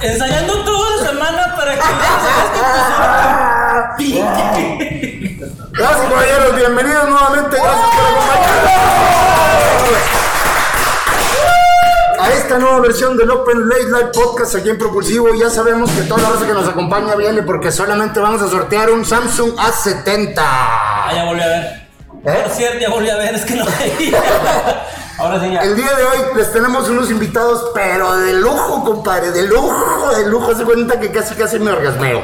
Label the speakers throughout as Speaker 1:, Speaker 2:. Speaker 1: Ensayando toda la semana para que veas que te pique.
Speaker 2: Gracias, caballeros. Bienvenidos nuevamente. Gracias por acompañarnos. A esta nueva versión del Open Late Live Podcast aquí en Propulsivo. Ya sabemos que toda la raza que nos acompaña viene porque solamente vamos a sortear un Samsung
Speaker 1: Ah,
Speaker 2: A70.
Speaker 1: ya volví a ver.
Speaker 2: ¿Eh?
Speaker 1: Por cierto, ya volví a ver, es que no veía. Ahora sí ya.
Speaker 2: El día de hoy les tenemos unos invitados, pero de lujo, compadre, de lujo, de lujo. Se cuenta que casi, casi me orgasmeo.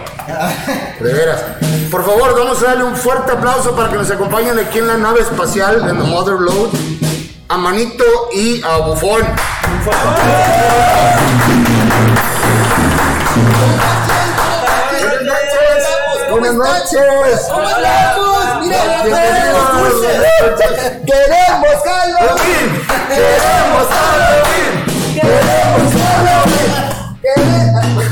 Speaker 2: De veras. Por favor, vamos a darle un fuerte aplauso para que nos acompañen aquí en la nave espacial de la Mother Lode, a Manito y a Bufón. Buenas noches. Buenas noches.
Speaker 3: ¿Cómo estamos? Mira, ya tenemos dulces. Queremos Halloween. Queremos Halloween. Queremos Halloween. Quere-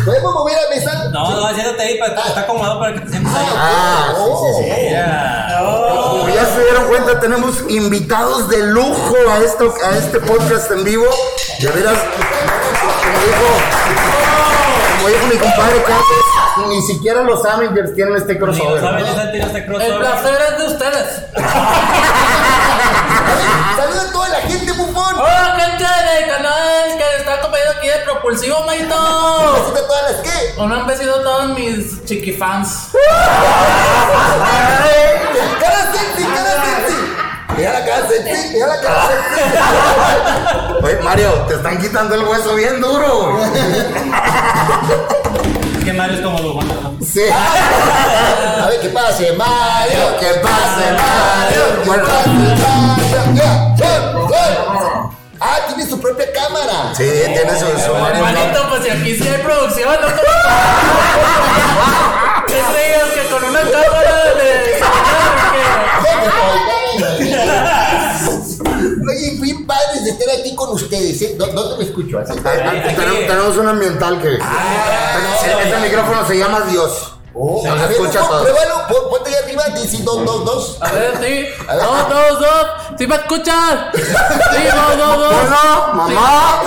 Speaker 3: ¿Podemos mover a mesa?
Speaker 1: No, no, siéntate ahí, para, está acomodado para que te sientes ahí.
Speaker 2: Ah, sí, sí, sí.
Speaker 1: Ya.
Speaker 2: Como ya se dieron cuenta, tenemos invitados de lujo a, esto, a este podcast en vivo. De veras, como dijo, como dijo mi compadre Carlos, ni siquiera los Avengers tienen este
Speaker 1: Ni lo
Speaker 2: crossover.
Speaker 1: saben,
Speaker 2: ¿no?
Speaker 1: ni se han tirado este crossover.
Speaker 4: El placer es de ustedes.
Speaker 3: Saluda a toda la gente, bufón.
Speaker 4: Hola, gente del canal que está acompañado aquí de Propulsivo
Speaker 2: Oh.
Speaker 4: Maito.
Speaker 3: Saluda a todas las que.
Speaker 4: O no han besado todos mis chiquifans.
Speaker 3: Cara sexy,
Speaker 2: Ah,
Speaker 3: cara sexy. Mira la cara sexy, mira la cara sexy.
Speaker 2: Oye, Mario, te están quitando el hueso bien duro.
Speaker 1: Es que Mario es como Luján.
Speaker 3: Sí. A ver, que pase Mario, que pase Mario, que
Speaker 2: Ah, Bueno.
Speaker 3: pase Mario. Ya, ya, ya. Ah, tiene su propia cámara.
Speaker 2: Sí, tiene su, su Mario.
Speaker 4: Manito, pues si aquí sí hay producción, ¿no? ¿Qué creías que con una cámara de...
Speaker 2: Ah,
Speaker 3: Oye, bien padre de estar aquí con ustedes, ¿eh? No, no te me escucho así.
Speaker 2: Ah, ah, tenemos, tenemos un ambiental que.
Speaker 4: Ah.
Speaker 2: Este este micrófono se llama Dios.
Speaker 3: Oh,
Speaker 2: No
Speaker 3: a
Speaker 2: se
Speaker 3: ver,
Speaker 2: escucha
Speaker 3: pon-
Speaker 2: todo.
Speaker 3: Pruébalo, pon- ponte ahí arriba, dice dos, dos, dos.
Speaker 4: A ver, sí. Dos, dos, dos. ¿Sí me escuchas? Sí, dos, dos, dos.
Speaker 2: Bueno, mamá.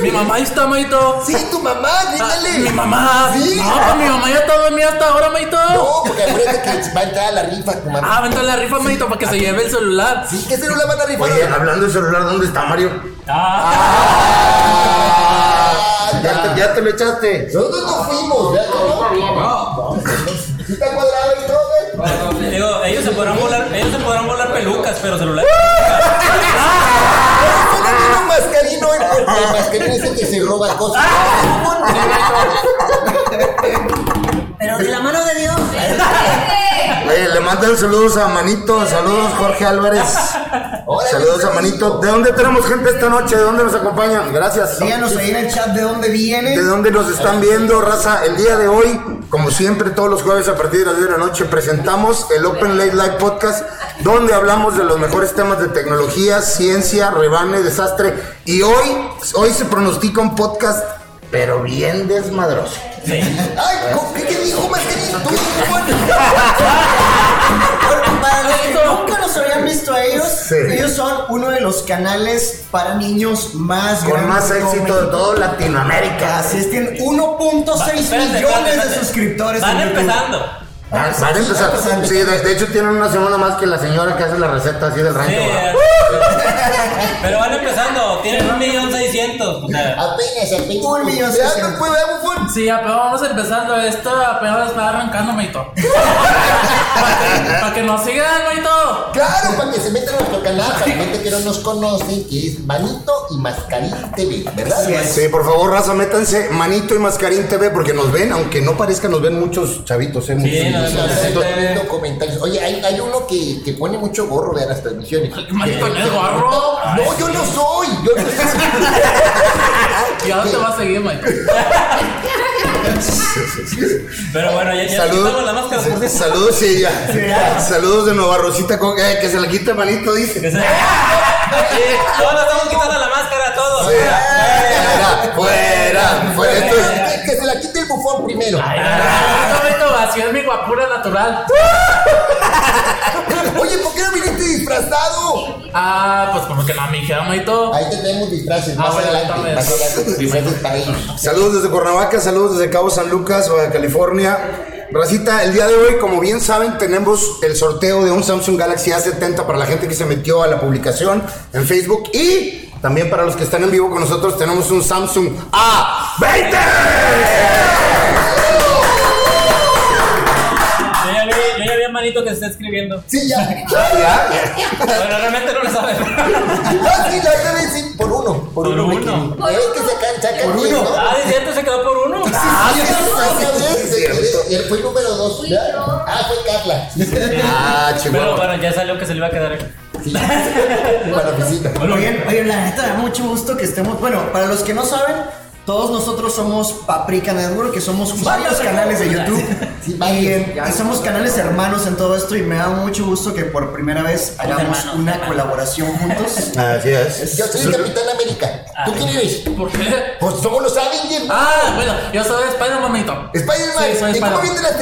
Speaker 4: Mi mamá ahí está, Maito.
Speaker 3: Sí, tu mamá,
Speaker 4: Mi
Speaker 5: Ah,
Speaker 3: dígale.
Speaker 4: mamá.
Speaker 3: Sí.
Speaker 4: No, pues mi mamá ya está dormida hasta ahora, Maito.
Speaker 3: No, porque acuérdate que va a entrar a la rifa tu mamá.
Speaker 4: Ah, vente a la rifa, Maito, para que se lleve el celular.
Speaker 3: Sí, ¿qué celular van a rifar?
Speaker 5: ah.
Speaker 2: Oye, hablando de celular, ¿dónde está Mario?
Speaker 3: Ah,
Speaker 2: Ya te, ya te lo echaste.
Speaker 3: Nosotros no fuimos, ¿verdad? ¿Está cuadrado ¿eh? el trozo?
Speaker 1: Digo, ellos se podrán volar, ellos se podrán volar pelucas, pero celulares.
Speaker 5: Ah.
Speaker 3: Tiene un mascarino, el porque el mascarino es el que se roba cosas.
Speaker 5: Ah.
Speaker 6: Pero de la mano de Dios.
Speaker 2: Oye, le mandan saludos a Manito, saludos Jorge Álvarez.
Speaker 3: Órale,
Speaker 2: Saludos a Manito. ¿De dónde tenemos gente esta noche? ¿De dónde nos acompañan? Gracias.
Speaker 5: Díganos ahí en el chat de dónde
Speaker 2: ¿De
Speaker 5: vienen.
Speaker 2: dónde nos están viendo, raza? El día de hoy, como siempre, todos los jueves a partir de las 10 de la noche, presentamos el Open Late Live Podcast, donde hablamos de los mejores temas de tecnología, ciencia, rebane, desastre. Y hoy, hoy se pronostica un podcast, pero bien desmadroso.
Speaker 3: Ay, ¿cómo- ¿qué te dijo mascarino? Tú, Juan.
Speaker 5: Para los que nunca los habían visto a ellos,
Speaker 2: Sí.
Speaker 5: ellos son uno de los canales para niños más
Speaker 2: Con
Speaker 5: grandes.
Speaker 2: más
Speaker 5: de todo
Speaker 2: éxito de
Speaker 5: México.
Speaker 2: todo Latinoamérica.
Speaker 5: Así es, tienen 1.6
Speaker 1: Espérate,
Speaker 5: millones
Speaker 1: espérate,
Speaker 5: de
Speaker 1: espérate.
Speaker 5: suscriptores.
Speaker 1: Van
Speaker 5: en YouTube.
Speaker 1: empezando.
Speaker 2: Ah, Van a empezar. Sí, de, de hecho tienen una semana más que la señora que hace la receta así del
Speaker 1: Sí,
Speaker 2: rancho. ¿verdad?
Speaker 1: pero van empezando, tienen un millón seiscientos. o sea,
Speaker 3: Apenas, apenas.
Speaker 5: Un millón
Speaker 3: Ya,
Speaker 5: sesenta.
Speaker 3: no puede, vamos, Juan.
Speaker 4: Sí, apenas vamos empezando. Esto apenas va arrancando, Maito. para, que, pa' que nos sigan, Maito.
Speaker 3: Claro, para que se metan a nuestro canal, para la gente que no nos conoce, que es Manito y Mascarín TV, ¿verdad?
Speaker 5: Así es.
Speaker 2: Sí, por favor, raza, métanse Manito y Mascarín TV porque nos ven, aunque no parezca, nos ven muchos chavitos, ¿eh? Muchos
Speaker 1: Sí, nos ven.
Speaker 2: niños.
Speaker 3: Estoy viendo comentarios. Oye, hay, hay uno que, que pone mucho gorro de las transmisiones.
Speaker 4: Manito, ¿no es gorro?
Speaker 3: No, yo no soy. Yo no soy.
Speaker 4: Y ahora te va a seguir, Maito.
Speaker 1: pero bueno, ya, ya quitamos la máscara por
Speaker 2: Saludos,
Speaker 1: cierto.
Speaker 2: saludos, sí, ya. Saludos de Nueva Rosita, con- eh, que se la quita Manito, dice.
Speaker 1: Que se- Sí, todos nos estamos quitando la máscara, todos.
Speaker 2: Fuera, fuera, fuera. Esto es-
Speaker 3: Que, que se la quite el bufón primero.
Speaker 4: Esto, Maito, así es mi guapura natural.
Speaker 3: Oye, ¿por qué no viniste disfrazado?
Speaker 4: Ah, pues como que la mijera, maito.
Speaker 3: Ahí te tengo disfraces,
Speaker 4: Ah,
Speaker 3: más
Speaker 4: bueno,
Speaker 3: adelante,
Speaker 4: también.
Speaker 3: más adelante, disfraces para ellos.
Speaker 2: Saludos desde Cuernavaca, saludos desde Cabo San Lucas, Baja California. Racita, el día de hoy, como bien saben, tenemos el sorteo de un Samsung Galaxy A70 para la gente que se metió a la publicación en Facebook y también para los que están en vivo con nosotros tenemos un Samsung A20.
Speaker 1: Yo ya vi, yo ya vi a Manito que se está escribiendo.
Speaker 3: Sí, ya.
Speaker 2: Ah,
Speaker 1: Pero realmente no lo sabe.
Speaker 3: Ah, sí, la debe decir por uno.
Speaker 1: Por uno.
Speaker 3: Pero es que sacan, sacan diez, ¿no?
Speaker 1: Ah, de cierto se quedó por uno.
Speaker 3: Ah, sí, sí, sí,
Speaker 2: es cierto.
Speaker 3: sí, él fue número dos.
Speaker 6: Fui
Speaker 3: ¿verdad?
Speaker 6: yo.
Speaker 3: Ah, fue Carla.
Speaker 2: Ah,
Speaker 1: Pero
Speaker 2: chihuahua.
Speaker 1: bueno, ya salió que se le iba a quedar aquí.
Speaker 3: Para visita.
Speaker 5: Oigan, oigan, la neta, da mucho gusto que estemos. Bueno, para los que no saben, todos nosotros somos Paprika Network, que somos varios canales de YouTube.
Speaker 3: Sí,
Speaker 5: Y,
Speaker 3: varios.
Speaker 5: en- y somos canales hermanos en todo esto. Y me da mucho gusto que por primera vez hagamos
Speaker 4: hermanos,
Speaker 5: una
Speaker 4: hermanos.
Speaker 5: colaboración juntos.
Speaker 2: Así es.
Speaker 3: Yo soy el Capitán América. ¿Tú quién eres?
Speaker 4: ¿Por qué?
Speaker 3: Pues somos los Avengers. ¿no?
Speaker 4: Ah, bueno, yo soy Spider-Man, maito.
Speaker 3: Spider-Man.
Speaker 4: Sí, soy
Speaker 3: ¿Y cómo
Speaker 4: Spider-Man.
Speaker 3: vienen las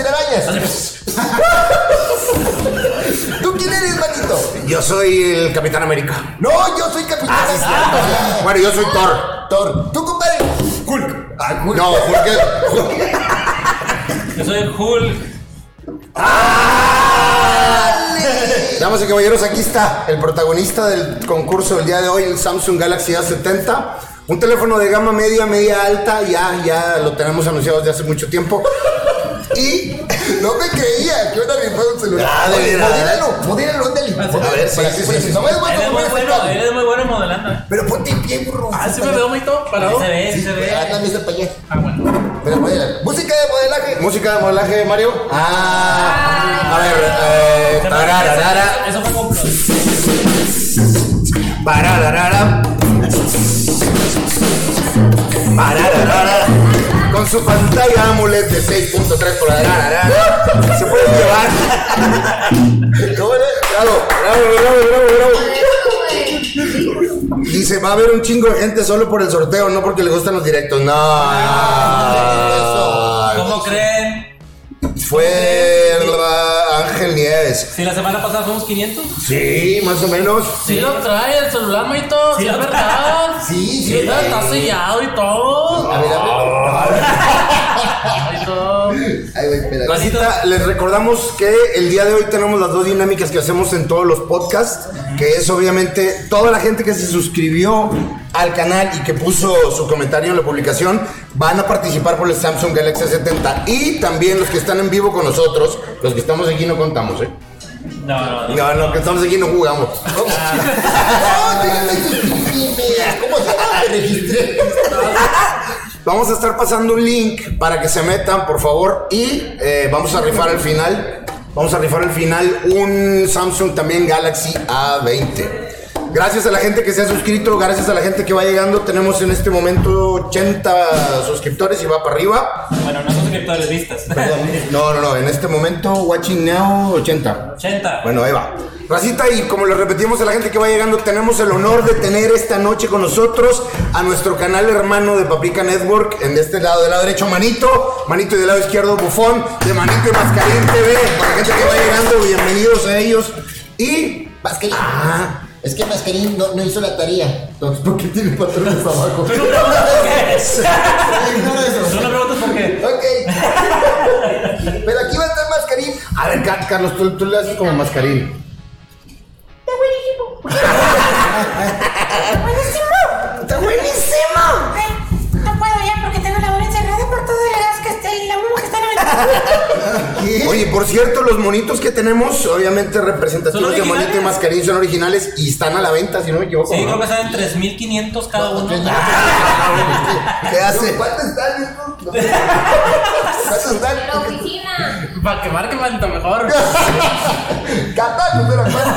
Speaker 3: telarañas? ¿Tú quién eres, manito?
Speaker 2: Yo soy el Capitán América.
Speaker 3: No, yo soy Capitán América.
Speaker 2: Bueno, yo soy Thor.
Speaker 3: Thor. ¿Tú, compadre? Hulk. Ah, Hulk.
Speaker 2: No, porque.
Speaker 1: Yo soy Hulk.
Speaker 2: Damas y caballeros, aquí está el protagonista del concurso del día de hoy, el Samsung Galaxy A70. Un teléfono de gama media, media alta, ya, ya lo tenemos anunciado desde hace mucho tiempo. Y
Speaker 3: No me creía que una rifada un celular.
Speaker 2: Ah, de
Speaker 3: Oye,
Speaker 2: veras.
Speaker 3: modélalo, modélalo, ándale.
Speaker 2: A ver, sí,
Speaker 3: Para
Speaker 2: sí,
Speaker 3: que-
Speaker 2: sí,
Speaker 3: para
Speaker 2: sí.
Speaker 3: que- No me vas a
Speaker 1: Eres muy
Speaker 2: pues,
Speaker 3: comer
Speaker 1: bueno,
Speaker 3: sentado.
Speaker 1: eres muy bueno modelando.
Speaker 3: Pero ponte en pie, burro.
Speaker 4: Ah, sí me veo, maito, parado.
Speaker 1: Sí se ve, sí se ve.
Speaker 3: Ándame ese payaso.
Speaker 4: Ah, bueno.
Speaker 3: Pero modélalo. Música de modelaje.
Speaker 2: música de modelaje, Mario. Ah, a ver, eh, tararara,
Speaker 1: Eso fue complot.
Speaker 2: pararara, pararara. Con su pantalla AMOLED de 6.3 por se puede llevar.
Speaker 3: No, no,
Speaker 2: Bravo, bravo, bravo, bravo, bravo. Dice, va a haber un chingo de gente solo por el sorteo, no porque le gustan los directos. No.
Speaker 1: ¿Cómo creen?
Speaker 2: Fue la Ángel Nieves.
Speaker 1: Si la semana pasada fuimos 500.
Speaker 2: Sí, más o menos.
Speaker 4: Sí lo trae el celular, maito. Sí, es verdad.
Speaker 3: Sí, sí.
Speaker 4: Sí, está sellado y todo.
Speaker 3: A ver, a ver.
Speaker 4: Maito.
Speaker 3: Ay, güey, espera.
Speaker 2: Racita, les recordamos que el día de hoy tenemos las dos dinámicas que hacemos en todos los podcasts, que es obviamente toda la gente que se suscribió al canal y que puso su comentario en la publicación van a participar por el Samsung Galaxy 70 y también los que están en vivo con nosotros, los que estamos aquí no contamos, ¿eh?
Speaker 1: No, no, no.
Speaker 2: No, no, que estamos aquí no jugamos.
Speaker 3: ¿Cómo? No, déjame suscribirme. ¿Cómo se llama? Me registré.
Speaker 2: Vamos a estar pasando un link para que se metan, por favor. Y eh, vamos a rifar al final. Vamos a rifar al final un Samsung también Galaxy A20. Gracias a la gente que se ha suscrito, gracias a la gente que va llegando. Tenemos en este momento 80 suscriptores y va para arriba.
Speaker 1: Bueno, no suscriptores vistas.
Speaker 2: Perdón. No, no, no. En este momento, Watching Now 80.
Speaker 1: 80.
Speaker 2: Bueno, Eva. Racita, y como le repetimos a la gente que va llegando, tenemos el honor de tener esta noche con nosotros a nuestro canal hermano de Paprika Network, en de este lado, del lado derecho Manito, Manito y del lado izquierdo Bufón, de Manito y Mascarín TV, para la gente que va llegando, bienvenidos a ellos. Y...
Speaker 3: Mascarín.
Speaker 2: Ah,
Speaker 3: Es que Mascarín no, no hizo la tarea. Entonces, ¿por qué tiene patrones abajo? Ignora eso.
Speaker 1: Tú no preguntas por qué.
Speaker 3: Ok. Pero aquí va a estar Mascarín.
Speaker 2: a ver, Ca- Carlos, tú, tú le haces como Mascarín.
Speaker 6: ¡Está buenísimo! Ay, No puedo ya porque tengo la hora encerrada por todo el gas que está y la humo que está en la
Speaker 2: Oye, por cierto, los monitos que tenemos, obviamente
Speaker 1: ¿Son
Speaker 2: representativos de
Speaker 1: originales?
Speaker 2: Manito y Mascarín, son originales y están a la venta, si no me equivoco.
Speaker 1: Sí,
Speaker 2: ¿no?
Speaker 1: creo que salen 3500 cada uno.
Speaker 2: ¿Qué hace?
Speaker 3: ¿Cuántos están? ¿Cuántos están?
Speaker 7: La oficina.
Speaker 4: Para que marque manito mejor.
Speaker 3: Catando, pero ¿cuántos?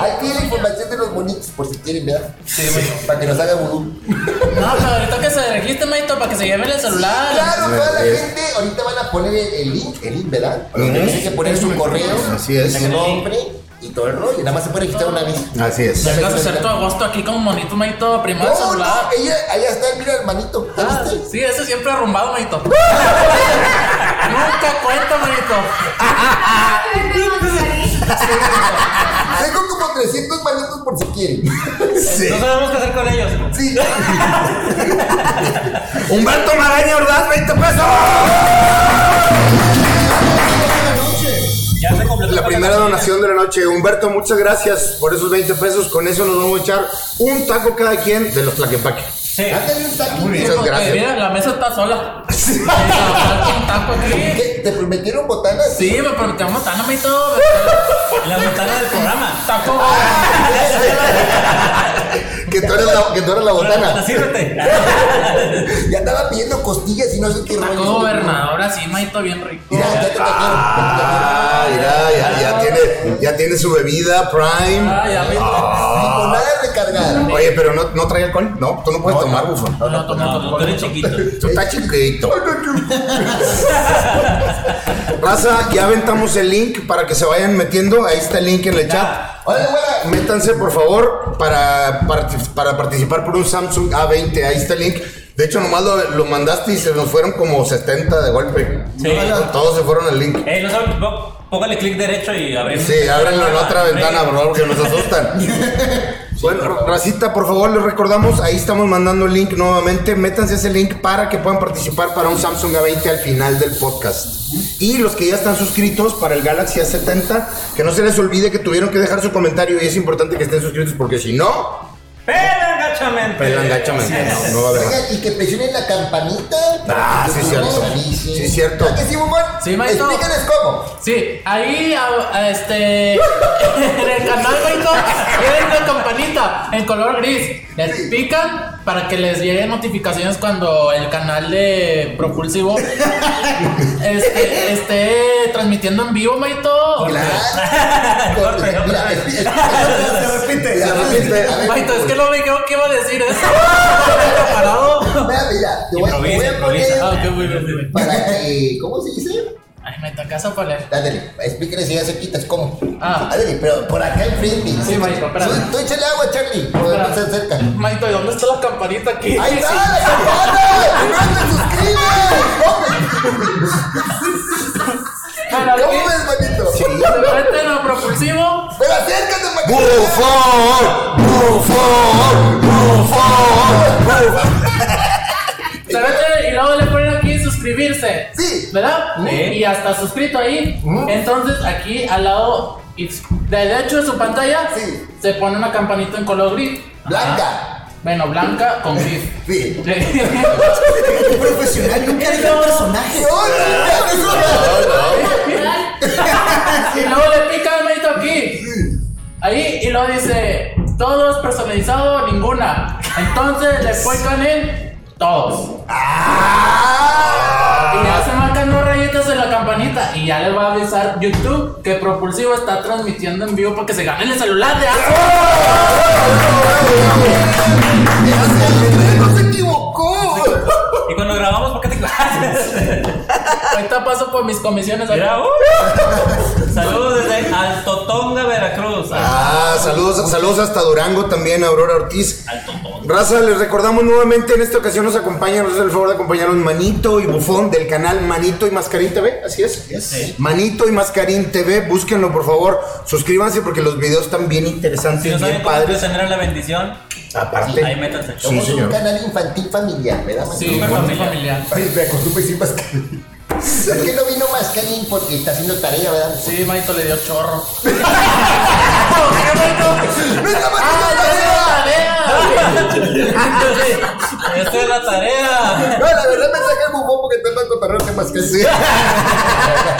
Speaker 3: Ahí tiene la información de los bonitos, por si quieren, ¿verdad?
Speaker 1: Sí, bueno.
Speaker 3: Para que nos haga vudú.
Speaker 4: No, pero ahorita que se registre, maito, para que se lleven el celular.
Speaker 3: Ah, Claro, toda la
Speaker 2: Eh,
Speaker 3: gente ahorita van a poner el- el link, el link, ¿verdad? Tienen que poner su correo,
Speaker 2: Así es.
Speaker 3: su nombre y todo el rollo. Nada más se puede quitar una vez.
Speaker 2: Así es.
Speaker 4: Ya vas a hacer tu agosto aquí con monito, maito, primo del
Speaker 3: No, no,
Speaker 4: celular.
Speaker 3: ella, allá está, mira, hermanito. ¿Ya
Speaker 4: Ah,
Speaker 3: viste?
Speaker 4: sí, ese siempre arrumbado, manito. Nunca cuenta, manito.
Speaker 3: Ah, Tengo como 300 manitos por si quieren.
Speaker 1: No sabemos qué hacer con ellos.
Speaker 3: Sí.
Speaker 2: Humberto Magaña Ordaz, 20 pesos.
Speaker 1: Ya se completó
Speaker 2: La
Speaker 1: con
Speaker 2: primera
Speaker 1: familia.
Speaker 2: donación de la noche. Humberto, muchas gracias por esos 20 pesos. Con eso nos vamos a echar un taco cada quien de los tlaquepaque.
Speaker 1: Sí.
Speaker 3: Ándale un taco.
Speaker 2: Muchas
Speaker 4: Porque
Speaker 2: gracias.
Speaker 4: mira, la mesa está sola. Me falta un taco aquí.
Speaker 3: ¿Qué? ¿Te prometieron botanas?
Speaker 4: Sí, me prometieron botana, manito.
Speaker 1: La ventana del programa.
Speaker 4: Taco.
Speaker 3: Que tú eres la, que tú eres la
Speaker 1: Bueno,
Speaker 3: botana.
Speaker 1: sírvete.
Speaker 3: Ya estaba pidiendo costillas y no sé qué
Speaker 4: Taco
Speaker 3: rollo.
Speaker 4: gobernador, así, maito, bien rico.
Speaker 3: Mira, ya te taquearon.
Speaker 2: Ah, mira, ya, ya tiene, ya tiene su
Speaker 4: Ah,
Speaker 2: bebida Prime.
Speaker 4: ya, manito.
Speaker 3: Con nada recargada.
Speaker 2: Oye, pero no, no trae alcohol. No, tú no puedes tomar, bufón.
Speaker 4: No, no,
Speaker 1: No,
Speaker 4: tomando
Speaker 1: no, tú eres chiquito.
Speaker 2: Tú estás chiquito. Raza, ya aventamos el link para que se vayan metiendo. Ahí está el link en el chat.
Speaker 3: Oye, güera.
Speaker 2: Métanse, por favor, para, parti- para participar por un Samsung A20. Ahí está el link. De hecho, nomás lo, lo mandaste y se nos fueron como 70 de golpe.
Speaker 1: Sí.
Speaker 2: Todos se fueron el link.
Speaker 1: Eh, no saben, pó- póngale clic derecho y abrir.
Speaker 2: Sí, ábranlo en otra ventana, por favor, que nos asustan. Bueno, Racita, por favor, les recordamos, ahí estamos mandando el link nuevamente. Métanse ese link para que puedan participar para un Samsung A20 al final del podcast. Y los que ya están suscritos para el Galaxy A70, que no se les olvide que tuvieron que dejar su comentario y es importante que estén suscritos porque si no,
Speaker 1: Pelan gachamente.
Speaker 2: pelan gachamente.
Speaker 1: Así es.
Speaker 2: No, no va a haber.
Speaker 3: Oigan, y que presionen la campanita.
Speaker 2: Ah, sí,
Speaker 3: Que
Speaker 2: cierto.
Speaker 3: nos avisen.
Speaker 2: Sí, cierto.
Speaker 3: ¿Ah, que sí, bufón?
Speaker 4: Sí, maestro.
Speaker 3: Explícales cómo.
Speaker 4: Sí, ahí, a- a este, en el canal, manito, tienen una campanita en color gris. Les pican para que les lleguen notificaciones cuando el canal de Propulsivo este, esté transmitiendo en vivo, maito.
Speaker 3: Claro.
Speaker 1: Corte, corte.
Speaker 3: Mira, expli- explícales.
Speaker 5: Se repite.
Speaker 3: Mira,
Speaker 2: Se repite.
Speaker 3: a ver,
Speaker 4: Maito, es que no me creo que iba a decir eso. Estaba preparado.
Speaker 3: espérate, ya, te voy a- te voy
Speaker 1: Improvisa,
Speaker 3: a poner
Speaker 1: improvisa.
Speaker 4: Ah, qué bueno, qué bueno.
Speaker 3: para que- ¿Cómo se dice?
Speaker 4: Ay, me toca esa palabra.
Speaker 3: Ándale, explícales si ya se quitas, ¿cómo?
Speaker 4: Ah.
Speaker 3: Ándale, pero por acá enfrente.
Speaker 4: Sí, maestro, espérate.
Speaker 3: Tú- Tú échale agua, Charlie, por donde no se acerca.
Speaker 4: Maito, ¿y dónde está la campanita aquí?
Speaker 3: ¡Ahí está la campana! ¡No te suscribes!
Speaker 4: Para
Speaker 3: ¿Cómo
Speaker 4: que
Speaker 3: ves, manito?
Speaker 4: se meten a Propulsivo.
Speaker 3: ¡Pero acércate, manito!
Speaker 2: ¡Bufón! ¡Bufón! ¡Bufón!
Speaker 4: Se mete y luego le ponen aquí suscribirse.
Speaker 3: Sí.
Speaker 4: ¿Verdad?
Speaker 1: Sí.
Speaker 4: Y hasta suscrito ahí.
Speaker 3: Ujú.
Speaker 4: Entonces aquí al lado iz- derecho de su pantalla
Speaker 3: Sí.
Speaker 4: se pone una campanita en color gris.
Speaker 3: ¡Blanca!
Speaker 4: Bueno, blanca con gris.
Speaker 3: Sí.
Speaker 4: Sí.
Speaker 5: Qué profesional, nunca dejó un personaje.
Speaker 3: ¡No, no, no, no!
Speaker 4: y luego le pica el manito aquí. Ahí y luego dice, todos personalizado, ninguna. Entonces le cuelgan en todos.
Speaker 2: Ah,
Speaker 4: Y ya se marcan dos rayitas en la campanita y ya les va a avisar YouTube que Propulsivo está transmitiendo en vivo para que se ganen el celular de Apple.
Speaker 3: ¡No se equivocó!
Speaker 1: Y cuando grabamos, ¿por qué te quedas?
Speaker 4: Ahorita paso por mis comisiones acá.
Speaker 1: Mira, uh. Saludos desde Altotonga, Veracruz.
Speaker 2: Ah, saludos, saludos hasta Durango también, Aurora Ortiz.
Speaker 1: Altotonga.
Speaker 2: Raza, les recordamos nuevamente, en esta ocasión nos acompañan, nos hace el favor de acompañarnos Manito y Bufón del canal Manito y Mascarín TV, así es.
Speaker 1: Sí.
Speaker 2: Manito y Mascarín TV, búsquenlo por favor, suscríbanse porque los videos están bien interesantes,
Speaker 1: Si no
Speaker 2: bien
Speaker 1: saben cómo
Speaker 2: padres.
Speaker 1: tener la bendición,
Speaker 2: Aparte,
Speaker 1: ahí métanse.
Speaker 2: Sí,
Speaker 3: Somos
Speaker 2: señor.
Speaker 3: un canal infantil familiar, ¿verdad?
Speaker 4: Sí,
Speaker 1: Súper
Speaker 4: con mi
Speaker 1: familiar.
Speaker 4: familia.
Speaker 3: Ay, me acostumbré sin mascarín. ¿Por qué no vino mascarín? Porque está haciendo tarea, ¿verdad?
Speaker 4: Sí, Maito le dio chorro.
Speaker 3: ¡No está
Speaker 4: ¡Ah, ya
Speaker 3: haciendo
Speaker 4: dio
Speaker 3: tarea!
Speaker 4: la tarea!
Speaker 1: Esta es la tarea.
Speaker 3: No, la verdad me saca el bufón porque está más cotarrón que mascarín.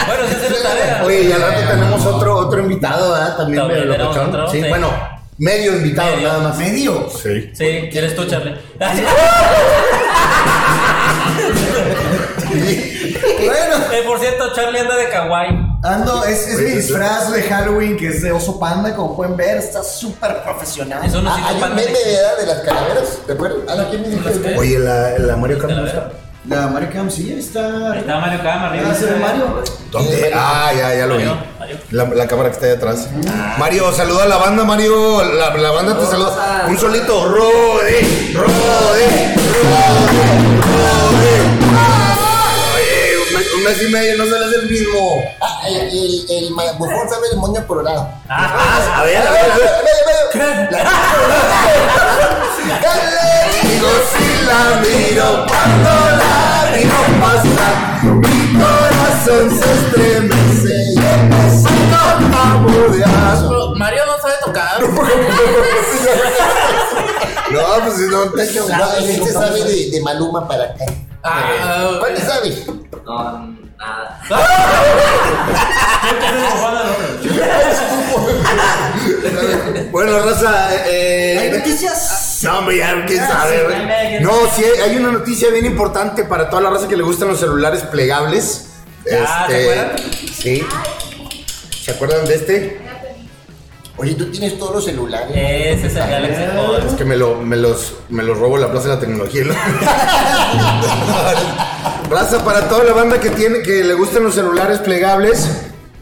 Speaker 1: Bueno, sí, esa es la tarea.
Speaker 2: oye, y al rato tenemos otro, otro invitado, ¿verdad? También,
Speaker 1: También
Speaker 2: de
Speaker 1: tenemos
Speaker 2: locochón.
Speaker 1: otro,
Speaker 2: sí,
Speaker 1: sí.
Speaker 2: bueno, medio invitado
Speaker 1: Medio.
Speaker 2: nada más.
Speaker 5: Medio.
Speaker 2: Sí.
Speaker 1: Sí, ¿quieres tú, Charlie?
Speaker 5: Bueno,
Speaker 1: Eh, por cierto, Charlie anda de kawaii.
Speaker 5: ando, es, es mi
Speaker 2: Pues,
Speaker 5: disfraz de Halloween que es de oso panda, como pueden ver, está súper profesional.
Speaker 1: Eso no
Speaker 3: Ah,
Speaker 1: sirve
Speaker 3: hay un
Speaker 1: para
Speaker 3: meme, ¿verdad? De las calaveras, ¿te acuerdas? Ah, no, ¿quién me dijo?
Speaker 1: ¿Las qué?
Speaker 2: Oye, la, la Mario Kart no está.
Speaker 5: La Mario Cam, sí, está.
Speaker 7: Ahí está Mario Kama arriba.
Speaker 5: Ah, se ve Mario.
Speaker 2: ¿Dónde? Ah, ya, ya lo vi. La, la cámara que está allá atrás. Mario, saluda a la banda, Mario. La, la banda te saluda. Un solito. Rode, rode, rode, rode. Oye, un mes- Un mes y medio no se le hace el mismo.
Speaker 3: Ah, el, el, el ma- bufón sabe el moño colorado.
Speaker 2: Ah, a ver, a ver, a ver. Digo si la miro cuando la miro pasa Mi corazón se estremece y empezando a tartamudear
Speaker 4: Mario no sabe tocar.
Speaker 2: No, pues si no te
Speaker 3: No, este sabe de, de Maluma para acá.
Speaker 4: Ah,
Speaker 3: ¿Cuál le sabe?
Speaker 8: No, nada.
Speaker 2: Bueno, Raza, eh,
Speaker 5: ¿Hay
Speaker 2: eh,
Speaker 5: noticias?
Speaker 2: No, hombre, ya, quién sabe, güey. No, sí, hay una noticia bien importante para toda la raza que le gustan los celulares plegables. Este,
Speaker 7: Ah, ¿se acuerdan?
Speaker 2: Sí. ¿Se acuerdan de este?
Speaker 3: Oye, tú tienes todos los celulares.
Speaker 4: Eh,
Speaker 7: Ese es el Galaxy Fold.
Speaker 2: Es que me, lo, me, los, me los robo la Plaza de la Tecnología. ¿no? Raza, para toda la banda que, tiene, que le gustan los celulares plegables,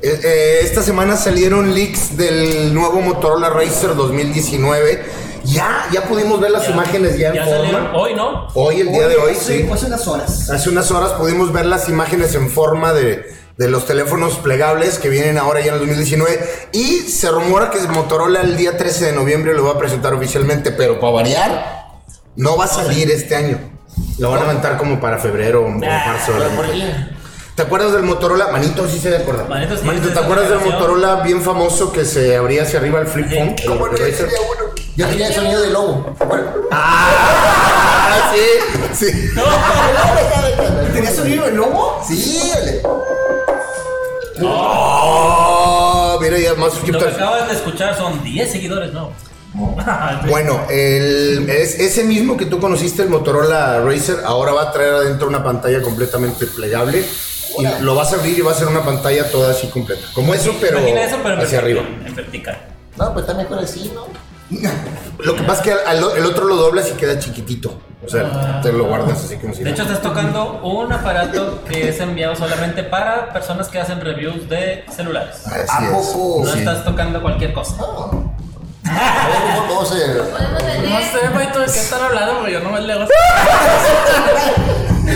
Speaker 2: eh, eh, esta semana salieron leaks del nuevo Motorola Racer 2019. Ya, ya pudimos ver las imágenes ya en
Speaker 7: Ya
Speaker 2: forma.
Speaker 7: salieron hoy, ¿no?
Speaker 2: Hoy, el día de hoy, sí.
Speaker 5: Hace unas horas.
Speaker 2: Hace unas horas pudimos ver las imágenes en forma de, de los teléfonos plegables que vienen ahora ya en el 2019. Y se rumora que Motorola el día 13 de noviembre lo va a presentar oficialmente, pero para variar, no va a salir este año. Lo van a aventar como para febrero o
Speaker 7: Ah,
Speaker 4: Ah,
Speaker 2: marzo. ¿Te acuerdas del Motorola? Manito sí se de acuerdo.
Speaker 7: Manito sí,
Speaker 2: Manito,
Speaker 7: sí,
Speaker 2: ¿te
Speaker 7: sí,
Speaker 2: acuerdas
Speaker 7: sí,
Speaker 2: del
Speaker 7: sí.
Speaker 2: Motorola bien famoso que se abría hacia arriba el flip phone?
Speaker 3: ¿Cómo no?
Speaker 2: El
Speaker 3: Yo
Speaker 2: Razer.
Speaker 3: tenía uno. Yo tenía el sonido de lobo. Bueno,
Speaker 2: Ah, sí, sí. Ah.
Speaker 5: ¿Tenías sonido el lobo?
Speaker 3: sí, ole.
Speaker 2: Oh, mira, ya más
Speaker 7: Lo que
Speaker 2: suscriptores.
Speaker 7: acabas de escuchar son 10 seguidores, ¿no?
Speaker 2: Bueno, el- es- ese mismo que tú conociste, el Motorola Racer, ahora va a traer adentro una pantalla completamente plegable. Y lo vas a abrir y va a ser una pantalla toda así completa. Como eso, pero,
Speaker 7: Imagina eso, pero en
Speaker 2: hacia arriba.
Speaker 7: vertical, En vertical.
Speaker 3: No, pues está mejor así, ¿no?
Speaker 2: Lo que pasa es que al- al- el otro lo doblas y queda chiquitito. O sea, te lo guardas así como si
Speaker 7: Ah. De hecho,
Speaker 2: nada.
Speaker 7: estás tocando un aparato que es enviado solamente para personas que hacen reviews de celulares.
Speaker 2: Así
Speaker 3: ¿A
Speaker 2: es.
Speaker 3: poco?
Speaker 7: No
Speaker 2: Sí.
Speaker 7: estás tocando cualquier cosa.
Speaker 3: No. No, no, no sé.
Speaker 6: Podemos
Speaker 4: No
Speaker 6: vender.
Speaker 4: sé, Maito, de qué están hablando, porque yo no me leo.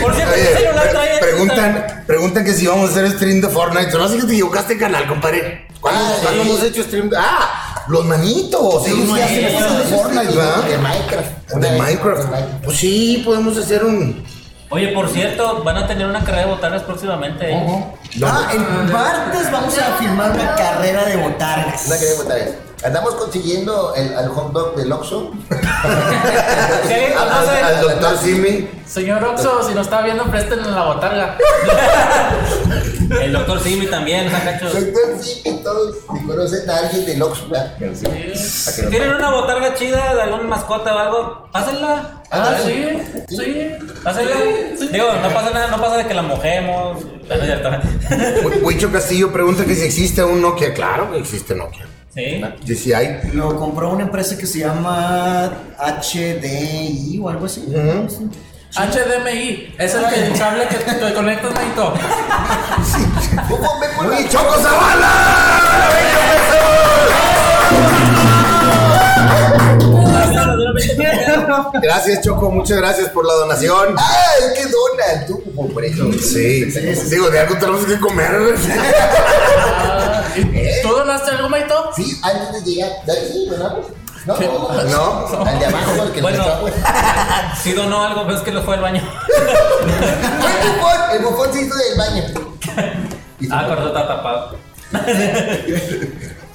Speaker 7: Por cierto,
Speaker 2: Oye,
Speaker 7: ¿qué celular
Speaker 2: pre-
Speaker 7: trae?
Speaker 2: preguntan, preguntan que si vamos a hacer stream de Fortnite. Se me hace que te equivocaste en canal, compadre. ¿Cuándo,
Speaker 3: Ah,
Speaker 2: cuándo
Speaker 3: sí.
Speaker 2: hemos hecho stream de.? ¡Ah! Los manitos. Ellos sí hacen
Speaker 7: manitos.
Speaker 2: stream de Fortnite,
Speaker 3: De
Speaker 2: ¿verdad?
Speaker 3: Minecraft.
Speaker 2: De Minecraft. Pues sí, podemos hacer un.
Speaker 7: Oye, por cierto, van a tener una carrera de botargas próximamente. ¿eh?
Speaker 5: Ah, en partes vamos a filmar una carrera de botargas.
Speaker 3: Una que debo traer. Andamos consiguiendo el, al hot dog del Oxxo.
Speaker 7: Si alguien
Speaker 2: Al, al- al
Speaker 7: conoce,
Speaker 2: doctor Simi.
Speaker 4: Señor Oxo, si nos está viendo, préstenos la botarga.
Speaker 7: el doctor Simi también, Sacachos.
Speaker 3: Doctor Simi, todos si conocen a alguien del Oxxo. ¿verdad?
Speaker 7: Si tienen una botarga chida de algún mascota o algo, pásenla.
Speaker 4: Ah, sí, sí.
Speaker 7: Pásenla. Digo, no pasa nada, no pasa de que la mojemos. No es cierto.
Speaker 2: Hu- Huicho Castillo pregunta que si existe un Nokia. Claro que existe Nokia.
Speaker 7: Sí.
Speaker 2: Sí, sí hay.
Speaker 5: Lo compró una empresa que se llama HDI o algo así. Sí.
Speaker 4: HDMI, es el que el cable que te conectas, Maito.
Speaker 7: Ah,
Speaker 3: ¿Cómo me acuerdo?
Speaker 2: ¡Uy, Choco Zavala! Gracias, Choco. Muchas gracias por la donación.
Speaker 3: ¡Ay, qué dona! Tú, hombre.
Speaker 2: Sí. Digo, de algo tenemos que comer.
Speaker 4: ¿Tú donaste algo, Maito?
Speaker 3: Sí, antes de llegar. ¿De ahí, verdad? No,
Speaker 4: ¿Qué?
Speaker 2: No.
Speaker 3: Al de abajo, el que
Speaker 7: Bueno.
Speaker 3: nos trajo.
Speaker 7: Si donó algo, pero es que lo fue al baño.
Speaker 3: Fue el bufón, el bufón se hizo del baño.
Speaker 7: Ah, cortó, está tapado.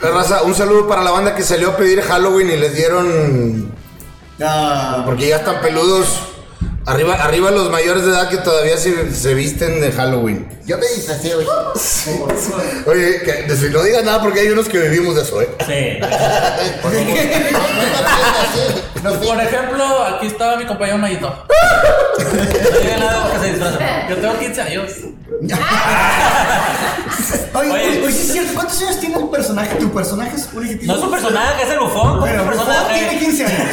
Speaker 2: La raza, un saludo para la banda que salió a pedir Halloween y les dieron.
Speaker 5: Ah,
Speaker 2: Porque ya están peludos. Arriba, arriba los mayores de edad que todavía se, se visten de Halloween.
Speaker 3: Yo me disfracé hoy.
Speaker 2: Oye, que, de- si no digas nada porque hay unos que vivimos de eso, ¿eh?
Speaker 7: Sí.
Speaker 3: No fui.
Speaker 4: Por ejemplo, aquí estaba mi compañero Maito.
Speaker 7: No tiene nada que se disfraza.
Speaker 4: Yo tengo 15 años.
Speaker 5: Oye,
Speaker 7: Oye.
Speaker 5: oye, oye, sí es cierto, ¿cuántos años tiene un personaje? ¿Tu personaje es un
Speaker 7: No es un personaje, es el bufón. ¿Cómo es
Speaker 5: Bueno,
Speaker 7: un
Speaker 5: ¿cómo tiene
Speaker 7: personaje?
Speaker 5: 15 años.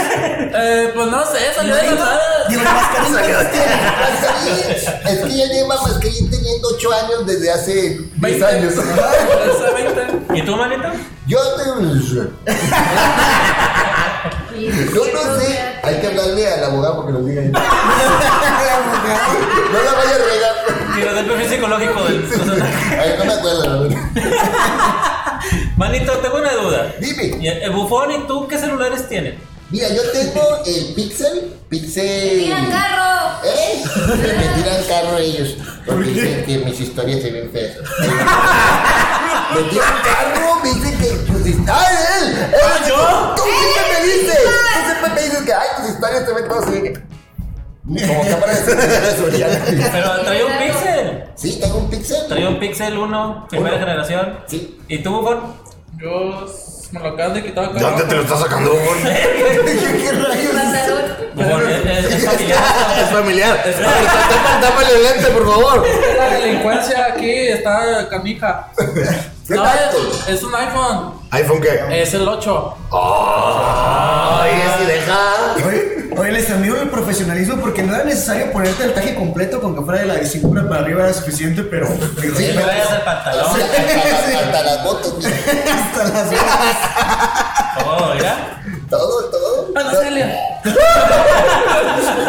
Speaker 4: Eh, pues no sé, salió de la nada.
Speaker 5: Digo, el mascarita.
Speaker 3: Ahí está Es que ya lleva mascarilla teniendo 8 años desde hace 10
Speaker 7: 20
Speaker 3: años.
Speaker 7: ¿Y tú, manito?
Speaker 3: Yo te- Yo no sé, hay que hablarle al abogado porque nos diga. No la vaya a regar.
Speaker 7: Mira, del perfil psicológico del personaje.
Speaker 3: Ay, no me acuerdo. la verdad.
Speaker 7: Manito, tengo una duda.
Speaker 3: Dime,
Speaker 7: ¿Y el- el Bufón y tú qué celulares tienen?
Speaker 3: mira, yo tengo el Pixel, Pixel.
Speaker 9: Tiran carro.
Speaker 3: ¿Eh? Me tiran carro ellos porque dicen que mis historias se ven feas. Me tiran carro, me dicen que tus historias. ¡Ay, él! él
Speaker 4: ¿Ah, yo?
Speaker 3: ¡Tú siempre me dices! ¡Tú siempre me dices que ay, tus historias se ven todas feas! Como cámara de seguridad Soriana.
Speaker 7: Pero trae un Pixel.
Speaker 3: Sí, tengo un Pixel.
Speaker 7: Trae un Pixel 1, primera
Speaker 3: Uno.
Speaker 7: generación.
Speaker 3: Sí.
Speaker 7: ¿Y tú, Bufón?
Speaker 4: Yo s- me lo acabas de quitar.
Speaker 2: ¿De dónde te lo estás sacando, güey?
Speaker 3: ¿Qué rayos?
Speaker 9: Pantalón.
Speaker 7: Bufón, es, es- es familiar.
Speaker 2: Es familiar. Tápale el lente, por favor.
Speaker 4: La delincuencia aquí está canija.
Speaker 3: ¿Qué
Speaker 4: No,
Speaker 3: tal?
Speaker 4: es, es un iPhone.
Speaker 2: ¿iPhone qué?
Speaker 4: Es el 8.
Speaker 2: Ay, es deja.
Speaker 5: Oye, oye, les admiro el profesionalismo porque no era necesario ponerte el traje completo con que fuera de la cintura para arriba era suficiente, pero
Speaker 7: Que me vayas al pantalón.
Speaker 3: Sí, hasta, hasta las botas, mira.
Speaker 5: hasta las venas.
Speaker 7: Oh, mira.
Speaker 3: todo, todo.
Speaker 4: Ah, no, Celia.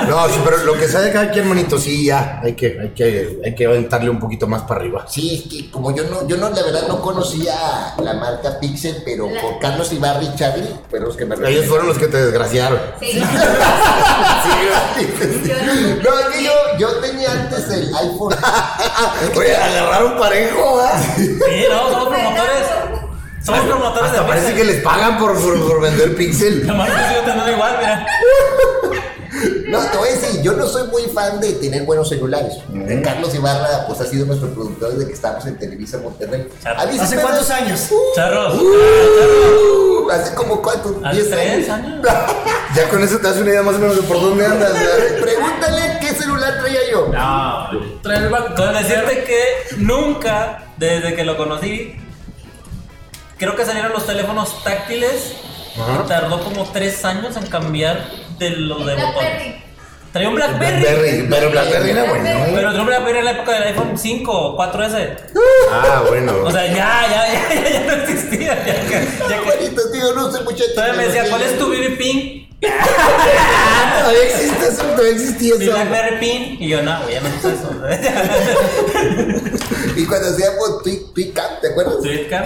Speaker 2: No, sí, pero lo que sea de cada quien, manito, sí, ya. Hay que, hay que, hay que aventarle un poquito más para arriba.
Speaker 3: Sí, es que como yo no, yo no, la verdad no conocía la marca Pixel, pero
Speaker 9: La-
Speaker 3: por Carlos Ibarri y Xavi fueron los que me
Speaker 2: Ellos fueron los que te desgraciaron.
Speaker 9: Sí.
Speaker 3: Sí,
Speaker 9: Yo no.
Speaker 3: No, es que yo, yo tenía antes el iPhone.
Speaker 2: Oye, agarraron parejo, ¿verdad?
Speaker 7: Sí, no, somos promotores. Somos promotores de
Speaker 2: Hasta parece
Speaker 7: Pixel.
Speaker 2: que les pagan por, por, por vender Pixel.
Speaker 7: Nomás yo sigo teniendo igual, mira.
Speaker 3: No, te voy a decir, yo no soy muy fan de tener buenos celulares. Carlos Ibarra, pues ha sido nuestro productor desde que estamos en Televisa Monterrey.
Speaker 7: Charro.
Speaker 3: A mí sí
Speaker 5: ¿Hace
Speaker 3: me da-
Speaker 5: cuántos años?
Speaker 7: Charros.
Speaker 3: Uh, hace como cuánto,
Speaker 7: Hace
Speaker 3: 10
Speaker 7: tres años.
Speaker 2: Ya con eso te das una idea más o menos de por dónde andas, ¿verdad?
Speaker 3: Pregúntale qué celular traía yo.
Speaker 4: Trae el banco.
Speaker 7: Con decirte que nunca, desde que lo conocí, creo que salieron los teléfonos táctiles.
Speaker 2: Ajá.
Speaker 7: y Tardó como tres años en cambiar de los de botón.
Speaker 9: Blackberry.
Speaker 7: Traía un Blackberry.
Speaker 2: Blackberry, pero Blackberry era bueno. ¿eh?
Speaker 7: Pero traía un Blackberry en la época del iPhone 5 o 4S.
Speaker 2: Ah,
Speaker 7: O
Speaker 2: bueno.
Speaker 7: sea, ya, ya, ya, ya, no existía. Ya, que- ya que-
Speaker 3: Juanito, tío, no sé mucho de
Speaker 7: Todavía me decía,
Speaker 3: tecnología.
Speaker 7: ¿cuál es tu BB Pin?
Speaker 2: Ah, Todavía existe eso, todavía existía
Speaker 7: Mi Blackberry Pin. Y yo, no, güey, ya me gusta eso.
Speaker 3: Y cuando hacíamos Tweet Tweet Camp, ¿te acuerdas?
Speaker 7: Tweetcam.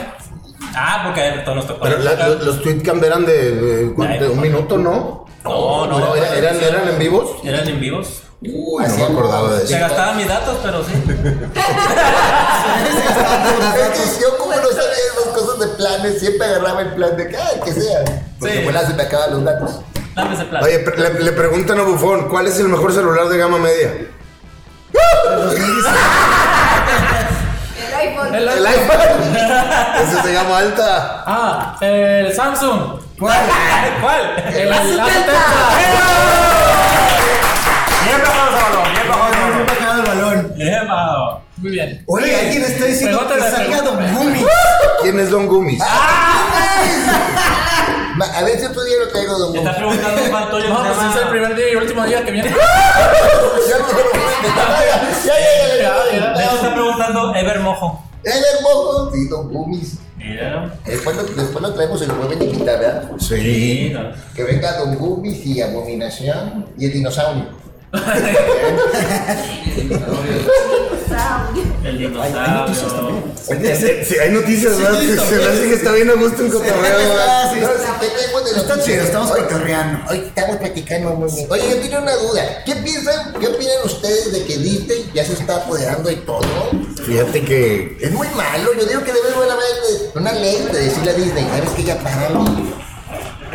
Speaker 7: Ah, porque a todos nos tocó.
Speaker 2: Pero la- los, los tweetcam eran de, de- ¿cuánto? un minuto, ¿no?
Speaker 7: No, no,
Speaker 2: era-
Speaker 7: no,
Speaker 2: eran, eran en vivos.
Speaker 7: Eran en vivos.
Speaker 2: Uy, no me acordaba de
Speaker 7: Se
Speaker 2: eso.
Speaker 7: gastaban mis datos, pero sí.
Speaker 3: Es que yo como no sabía esas cosas de planes, siempre agarraba el plan de que, ay, que sea. Porque
Speaker 7: Sí.
Speaker 3: bueno, se me acaban los datos.
Speaker 7: Dame ese plan.
Speaker 2: Oye, pre- le, le preguntan a Bufón, ¿cuál es el mejor celular de gama media?
Speaker 9: El iPhone.
Speaker 4: El
Speaker 2: El iPhone. Ese es de gama alta.
Speaker 4: Ah, el Samsung.
Speaker 5: ¿Cuál?
Speaker 7: ¿Cuál?
Speaker 4: El Azteca.
Speaker 1: Bien bajado, Saulo, bien bajado,
Speaker 5: No,
Speaker 1: Saulo.
Speaker 5: no me ha quedado el balón.
Speaker 7: Llevado.
Speaker 4: Muy bien.
Speaker 5: Oye, alguien está diciendo
Speaker 4: Pregúntale,
Speaker 5: que salga
Speaker 4: pregúntale.
Speaker 5: Don Gumi.
Speaker 2: ¿Quién es Don Gumis?
Speaker 3: Ma- A ver si otro día lo traigo, don
Speaker 7: Me
Speaker 3: Gumi.
Speaker 7: está preguntando cuál Toyo
Speaker 4: No,
Speaker 7: se
Speaker 4: pues
Speaker 7: llama.
Speaker 4: es el primer día y último día que viene.
Speaker 3: Ya no lo ya, ya, ya, ya, ya, ya.
Speaker 7: Me está preguntando Ever Mojo.
Speaker 3: Él es mojo. Sí, don Gumis.
Speaker 7: Mira.
Speaker 3: Después lo, después lo traemos y lo vuelven a quitar, ¿verdad?
Speaker 7: Sí,
Speaker 2: Sí.
Speaker 7: no.
Speaker 3: Que venga don Gumis y Abominación y el dinosaurio.
Speaker 7: El dinosaurio.
Speaker 2: Sí, sí, hay noticias, ¿verdad? Se- se me hace que está bien a gusto un cotorreo, ¿verdad?
Speaker 5: Ah, sí,
Speaker 3: No,
Speaker 5: está-
Speaker 3: si tenemos de los
Speaker 5: Está chido, estamos cotorreando.
Speaker 3: Hoy estamos platicando muy bien. Oye, yo tengo una duda. ¿Qué piensan, qué opinan ustedes de que Disney ya se está apoderando de todo?
Speaker 2: Fíjate que
Speaker 3: Es muy malo. Yo digo que debe de haber una ley de decirle a Disney, ¿sabes que ya páralo?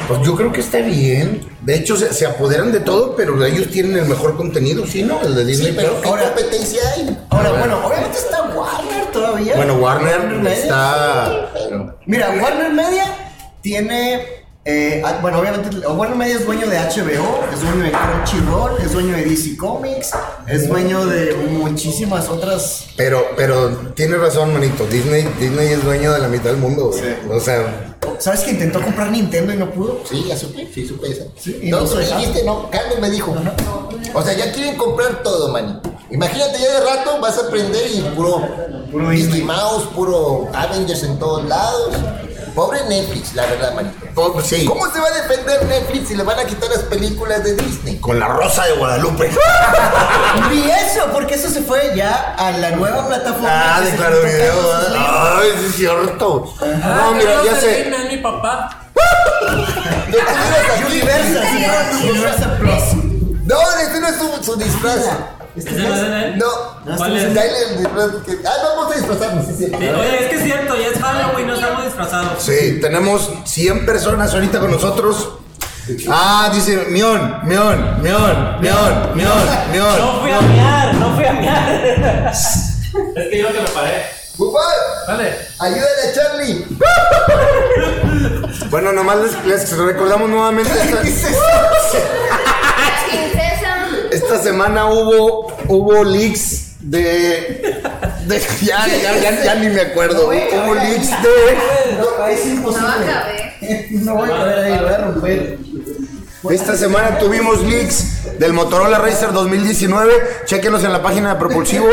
Speaker 2: Pues yo creo que está bien. De hecho, se, se apoderan de todo, pero ellos tienen el mejor contenido, ¿sí, no? El de Disney.
Speaker 3: Sí, pero ¿qué
Speaker 2: Plus.
Speaker 3: competencia hay?
Speaker 5: Ahora, bueno, obviamente está Warner todavía.
Speaker 2: Bueno, Warner
Speaker 5: Media.
Speaker 2: está...
Speaker 5: Mira, Warner Media tiene. eh, ah, bueno, obviamente, Warner Media es dueño de HBO, es dueño de Crunchyroll, es dueño de DC Comics, es dueño de muchísimas otras.
Speaker 2: Pero, pero tienes razón, manito. Disney, Disney es dueño de la mitad del mundo. güey. O sea,
Speaker 5: ¿Sabes que intentó comprar Nintendo y no pudo?
Speaker 3: Sí, ya supe, sí supe esa.
Speaker 5: Sí, y
Speaker 3: no,
Speaker 5: no
Speaker 3: tú
Speaker 5: se
Speaker 3: me
Speaker 5: dejaron.
Speaker 3: dijiste, no, Carlos me dijo. O sea, ya quieren comprar todo, mani. Imagínate, ya de rato vas a aprender y puro,
Speaker 5: Puro
Speaker 3: Mickey
Speaker 5: Disney.
Speaker 3: Mouse, puro Avengers en todos lados. Pobre Netflix, la verdad, manito.
Speaker 2: Todo- sí.
Speaker 3: ¿Cómo se va a defender Netflix si le van a quitar las películas de Disney?
Speaker 2: Con la rosa de Guadalupe.
Speaker 5: Vi eso, porque eso se fue ya a la nueva plataforma.
Speaker 2: Ah,
Speaker 5: que
Speaker 2: de
Speaker 5: se
Speaker 2: claro
Speaker 5: juntan
Speaker 2: video.
Speaker 5: todos
Speaker 2: ¿verdad?
Speaker 5: los libros.
Speaker 2: Ay, sí es cierto.
Speaker 4: Ah,
Speaker 2: No, mira,
Speaker 4: creo
Speaker 2: ya
Speaker 4: que
Speaker 2: sé.
Speaker 4: Disney es mi papá.
Speaker 3: Lo tuvieras aquí.
Speaker 5: Universal, sí, Universal Plus.
Speaker 3: No, este no es su, su disfraz.
Speaker 5: Este
Speaker 7: ¿Ese no es de él?
Speaker 3: No.
Speaker 5: No,
Speaker 7: ¿Cuál
Speaker 3: Dale
Speaker 7: es?
Speaker 3: el disfraz que- Ah, no, vamos a disfrazarnos, sí, sí.
Speaker 7: Sí, Oye, es que es cierto, ya es Halloween, no estamos disfrazados.
Speaker 2: Sí, tenemos 100 personas ahorita con nosotros. Ah, dice Mion, Mion, Mion, Mion, Mion,
Speaker 7: No
Speaker 2: Mion.
Speaker 7: fui a miar, no fui a miar. es que yo que lo paré.
Speaker 3: Papá,
Speaker 4: Dale.
Speaker 3: ayúdale a Charlie.
Speaker 2: Bueno, nomás les, les recordamos nuevamente esta,
Speaker 9: Princesa.
Speaker 2: esta semana hubo hubo leaks de, de- ya, ya, ya, ya ni me acuerdo. Hubo leaks de
Speaker 5: No, es
Speaker 9: No
Speaker 5: imposible.
Speaker 9: acabé.
Speaker 5: No voy a poder ahí, lo voy a romper.
Speaker 2: Esta semana tuvimos leaks del Motorola Racer 2019. Chequenlos en la página de Propulsivo.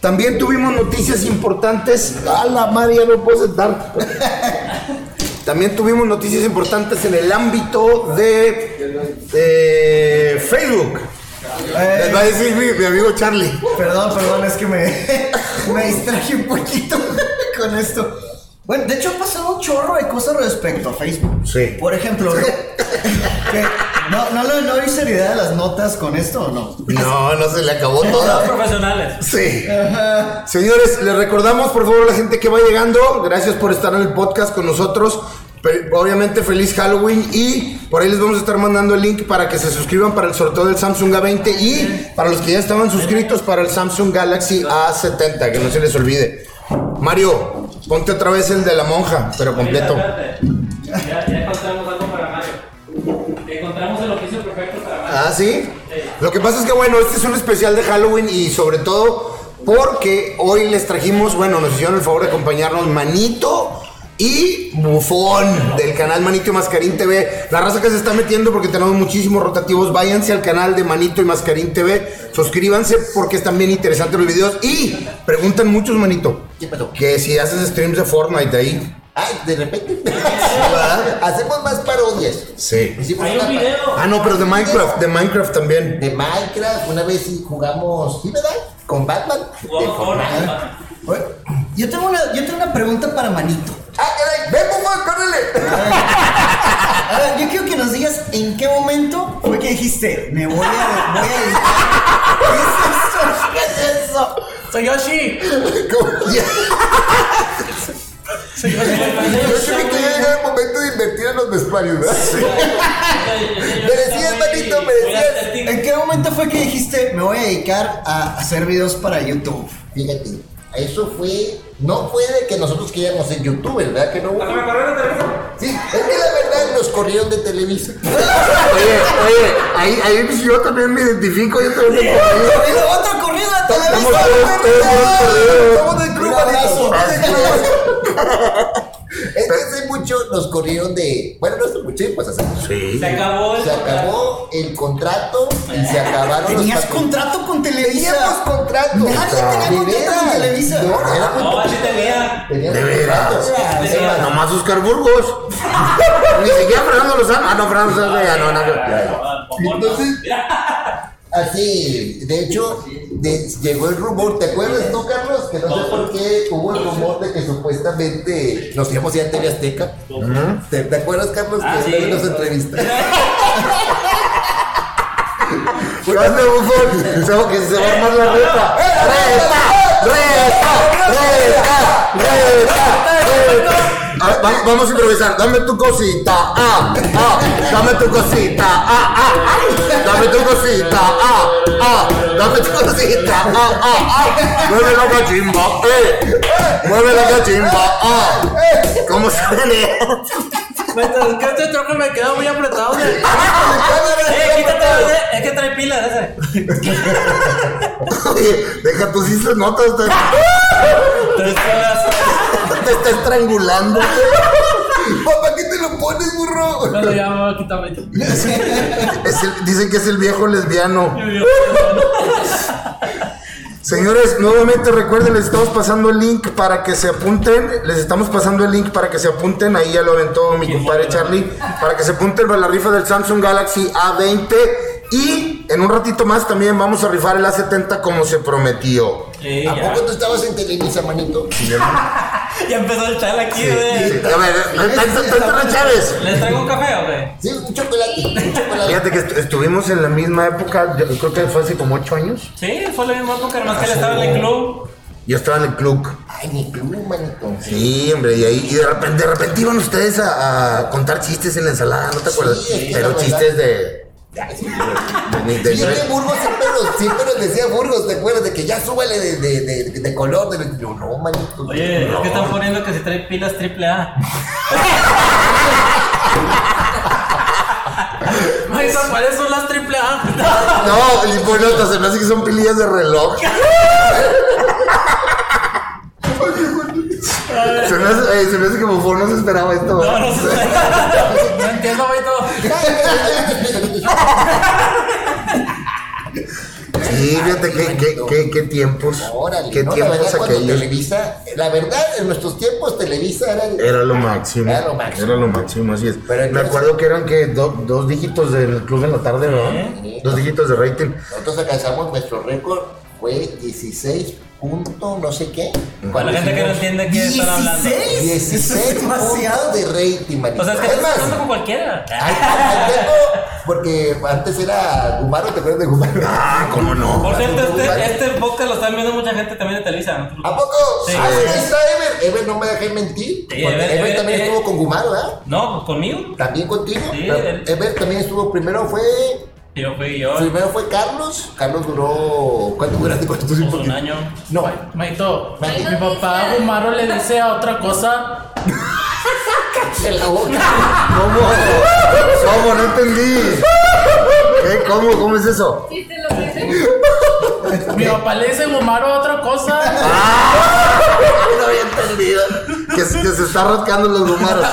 Speaker 2: También tuvimos noticias importantes. A la madre, ya no puedo sentar. También tuvimos noticias importantes en el ámbito de, de Facebook. Les va a decir mi, mi amigo Charlie.
Speaker 5: Perdón, perdón, es que me, me distraje un poquito con esto. Bueno, de hecho ha pasado un chorro de cosas respecto a Facebook.
Speaker 2: Sí.
Speaker 5: Por ejemplo, ¿no? que- no, no, no, no hay seriedad de las notas con esto o no.
Speaker 2: No, no se le acabó
Speaker 7: Todos
Speaker 2: toda.
Speaker 7: profesionales.
Speaker 2: Sí. Señores, les recordamos por favor a la gente que va llegando, gracias por estar en el podcast con nosotros. Pe- Obviamente feliz Halloween y por ahí les vamos a estar mandando el link para que se suscriban para el sorteo del Samsung A20 y para los que ya estaban suscritos para el Samsung Galaxy A70, que no se les olvide. Mario, ponte otra vez el de la monja, pero completo.
Speaker 7: Ya, ya encontramos algo para Mario. Encontramos el oficio perfecto para Mario.
Speaker 2: Ah, ¿sí? Lo que pasa es que, bueno, este es un especial de Halloween y sobre todo porque hoy les trajimos, bueno, nos hicieron el favor de acompañarnos Manito y Bufón del canal Manito y Mascarín TV. La raza que se está metiendo porque tenemos muchísimos rotativos, váyanse al canal de Manito y Mascarín TV, suscríbanse porque están bien interesantes los videos y preguntan muchos, Manito,
Speaker 3: ¿Qué pasó?
Speaker 2: que si haces streams de Fortnite ahí.
Speaker 3: Ay, de repente. Hacemos más parodias.
Speaker 2: Sí.
Speaker 3: Hicimos
Speaker 7: Hay un
Speaker 3: una pa-
Speaker 7: video.
Speaker 2: Ah, no, pero de Minecraft, de Minecraft también.
Speaker 3: De Minecraft, una vez sí jugamos, ¿sí verdad? Con Batman.
Speaker 7: Jugamos
Speaker 3: De
Speaker 7: Fortnite.
Speaker 3: Fortnite.
Speaker 5: Oye, Yo tengo una, yo tengo una pregunta para Manito.
Speaker 3: Ah, caray, ven, Bufón, córrele.
Speaker 5: A ver, yo quiero que nos digas en qué momento fue que dijiste, me voy a, voy a dedicar. ¿Qué es eso? ¿Qué es eso?
Speaker 4: Soy Yoshi.
Speaker 3: ¿Cómo? Ya. Yo creo que ya llegó el momento de invertir en los vestuarios, ¿verdad?
Speaker 7: Me
Speaker 3: decías, manito, me decías.
Speaker 5: ¿En qué momento fue que dijiste, me voy a dedicar a hacer videos para YouTube?
Speaker 3: Fíjate, eso fue. No fue de que nosotros queríamos ser youtubers, ¿verdad? Que no hubo?
Speaker 7: me corrieron de risa.
Speaker 3: Sí, es que la verdad nos corrieron de Televisa.
Speaker 2: Oye, oye, ahí, ahí yo también me identifico, yo también me identifico.
Speaker 5: ¡Y lo otro corrido a
Speaker 2: Estamos todos- todos bien corridos.
Speaker 3: Un abrazo. Es que hace mucho nos corrieron de. Bueno, no hace mucho, pues hace mucho.
Speaker 7: Se acabó el.
Speaker 3: Se acabó el contrato y se acabaron los
Speaker 5: ¿Tenías
Speaker 3: patrocinios.
Speaker 5: contrato con Televisa?
Speaker 3: Teníamos contrato.
Speaker 5: Nadie tenía contrato con Televisa.
Speaker 3: No, era muy
Speaker 7: No,
Speaker 3: poquito.
Speaker 7: así tenía.
Speaker 2: Ah,
Speaker 3: Teníamos
Speaker 2: De veras.
Speaker 3: contrato.
Speaker 7: Sí,
Speaker 2: Ah, Nomás Oscar Burgos. Ni siquiera Fernando Lozano. Ah, no, Fernando Lozano ya no, nada que-
Speaker 3: Entonces, así, Ah, de hecho, de- llegó el rumor, ¿te acuerdas tú, Carlos? Que no sé por qué hubo el rumor de que supuestamente nos íbamos a ir a TV Azteca. ¿Te, te acuerdas, Carlos, que
Speaker 7: Ah, sí.
Speaker 3: nos entrevistó?
Speaker 2: ¿Qué onda, bufón? Se- Que se va a armar la reta. ¡Reta! ¡Reta! ¡Reta! ¡Reta! ¡Reta! A ver, va- Vamos a improvisar. Dame tu cosita. Ah, ah. Dame tu cosita. Ah, ah. ah. Dame tu cosita. Ah, ah. Dame tu cosita. Ah, ah, ah. Mueve la cachimba. Eh. Mueve la cachimba. Ah. ¿Cómo sale?
Speaker 4: Mientras que este troco me quedó muy apretado. de-
Speaker 7: Eh, quítate, ese, es que trae pilas ese.
Speaker 2: Oye, deja tus sí se nota, te,
Speaker 7: Tres pilas.
Speaker 2: te está estrangulando.
Speaker 3: Papá, ¿qué te lo pones, burro?
Speaker 4: Bueno, ya me voy a quitar mi-
Speaker 2: Es el- dicen que es el viejo lesbiano. Señores, nuevamente recuerden, les estamos pasando el link para que se apunten. Les estamos pasando el link para que se apunten. Ahí ya lo aventó mi compadre Charlie. Para que se apunten para la rifa del Samsung Galaxy A20. Y en un ratito más también vamos a rifar el A70 como se prometió.
Speaker 7: Sí,
Speaker 3: ¿A
Speaker 7: Eh, ya.
Speaker 3: poco tú estabas en Televisa, manito?
Speaker 2: Sí, bien.
Speaker 7: Ya empezó el chal aquí, güey.
Speaker 2: Sí, A ver, Tentana Chávez.
Speaker 7: ¿Les traigo un café o qué?
Speaker 3: Sí, un chocolate, un chocolate.
Speaker 2: Fíjate que est- estuvimos en la misma época, yo creo que fue hace como 8 años.
Speaker 7: Sí, fue la misma época, nomás que él estaba en el club.
Speaker 2: Yo estaba en el club.
Speaker 3: Ay, mi club, manito.
Speaker 2: Sí, hombre, y ahí y de, repente, de repente iban ustedes a, a contar chistes en la ensalada, ¿no te acuerdas?
Speaker 3: es que la
Speaker 2: Pero
Speaker 3: verdad-
Speaker 2: chistes de. de- de-
Speaker 3: Y es que
Speaker 2: de-
Speaker 3: Burgos siempre nos, siempre nos decía Burgos, ¿te acuerdas? De que ya súbele de, de, de, de color. De... Yo, no, manito.
Speaker 7: Oye, es
Speaker 3: no.
Speaker 7: que están poniendo que si trae pilas triple A.
Speaker 4: Maito, ¿cuáles son las triple A?
Speaker 2: No, y bueno, hasta se me hace que son pilillas de reloj. se, me hace, eh, se me hace que Bufón no se esperaba esto.
Speaker 7: No, no sé.
Speaker 4: No entiendo, Maito.
Speaker 2: Sí, fíjate qué, qué, qué, qué tiempos.
Speaker 3: Órale,
Speaker 2: qué
Speaker 3: ¿no? La
Speaker 2: tiempos
Speaker 3: verdad, cuando
Speaker 2: aquellos.
Speaker 3: Televisa, la verdad, en nuestros tiempos Televisa era el-
Speaker 2: Era lo máximo.
Speaker 3: Era lo máximo.
Speaker 2: Era lo máximo, así es.
Speaker 3: Pero
Speaker 2: Me
Speaker 3: entonces-
Speaker 2: acuerdo que eran que do- dos dígitos del club en la tarde, ¿verdad?
Speaker 3: Sí.
Speaker 2: Dos dígitos de rating.
Speaker 3: Nosotros alcanzamos nuestro récord, fue 16 punto no sé qué.
Speaker 7: Para la gente que no entiende qué están hablando.
Speaker 3: 16 puntos de rating, manito.
Speaker 7: O sea, es que
Speaker 3: Es
Speaker 7: estás
Speaker 3: más,
Speaker 7: hablando con cualquiera.
Speaker 3: ahí- ahí tengo, porque antes era Gumaro, ¿te acuerdas de Gumaro?
Speaker 2: Ah, cómo no.
Speaker 7: Por cierto,
Speaker 3: Vale.
Speaker 7: este, este podcast lo están viendo mucha gente también de Televisa. ¿no?
Speaker 3: ¿A poco?
Speaker 7: Sí.
Speaker 3: Ah, sí, ahí está Ever. Ever no me dejé mentir.
Speaker 7: Sí,
Speaker 3: porque
Speaker 7: Ever,
Speaker 3: Ever,
Speaker 7: Ever,
Speaker 3: también
Speaker 7: Ever.
Speaker 3: estuvo con Gumaro, ¿verdad?
Speaker 7: No, pues conmigo.
Speaker 3: También contigo.
Speaker 7: Sí,
Speaker 3: Pero
Speaker 7: Ever.
Speaker 3: Ever también estuvo primero, fue.
Speaker 7: Yo fui yo. pues,
Speaker 3: Primero fue Carlos. Carlos duró. ¿Cuánto duraste con tu
Speaker 7: pues, un año.
Speaker 3: No,
Speaker 4: Maito,
Speaker 3: Maito,
Speaker 4: mi papá Gumaro le dice a otra cosa.
Speaker 3: se la boca.
Speaker 2: ¿Cómo? ¿Cómo? No entendí.
Speaker 3: ¿Eh?
Speaker 2: ¿Qué? ¿Cómo? ¿Cómo es eso?
Speaker 9: Sí, te lo dije.
Speaker 4: Mi papá le dice Gumaro a otra cosa.
Speaker 2: No había entendido. Que, se- que se está rascando los gumaros.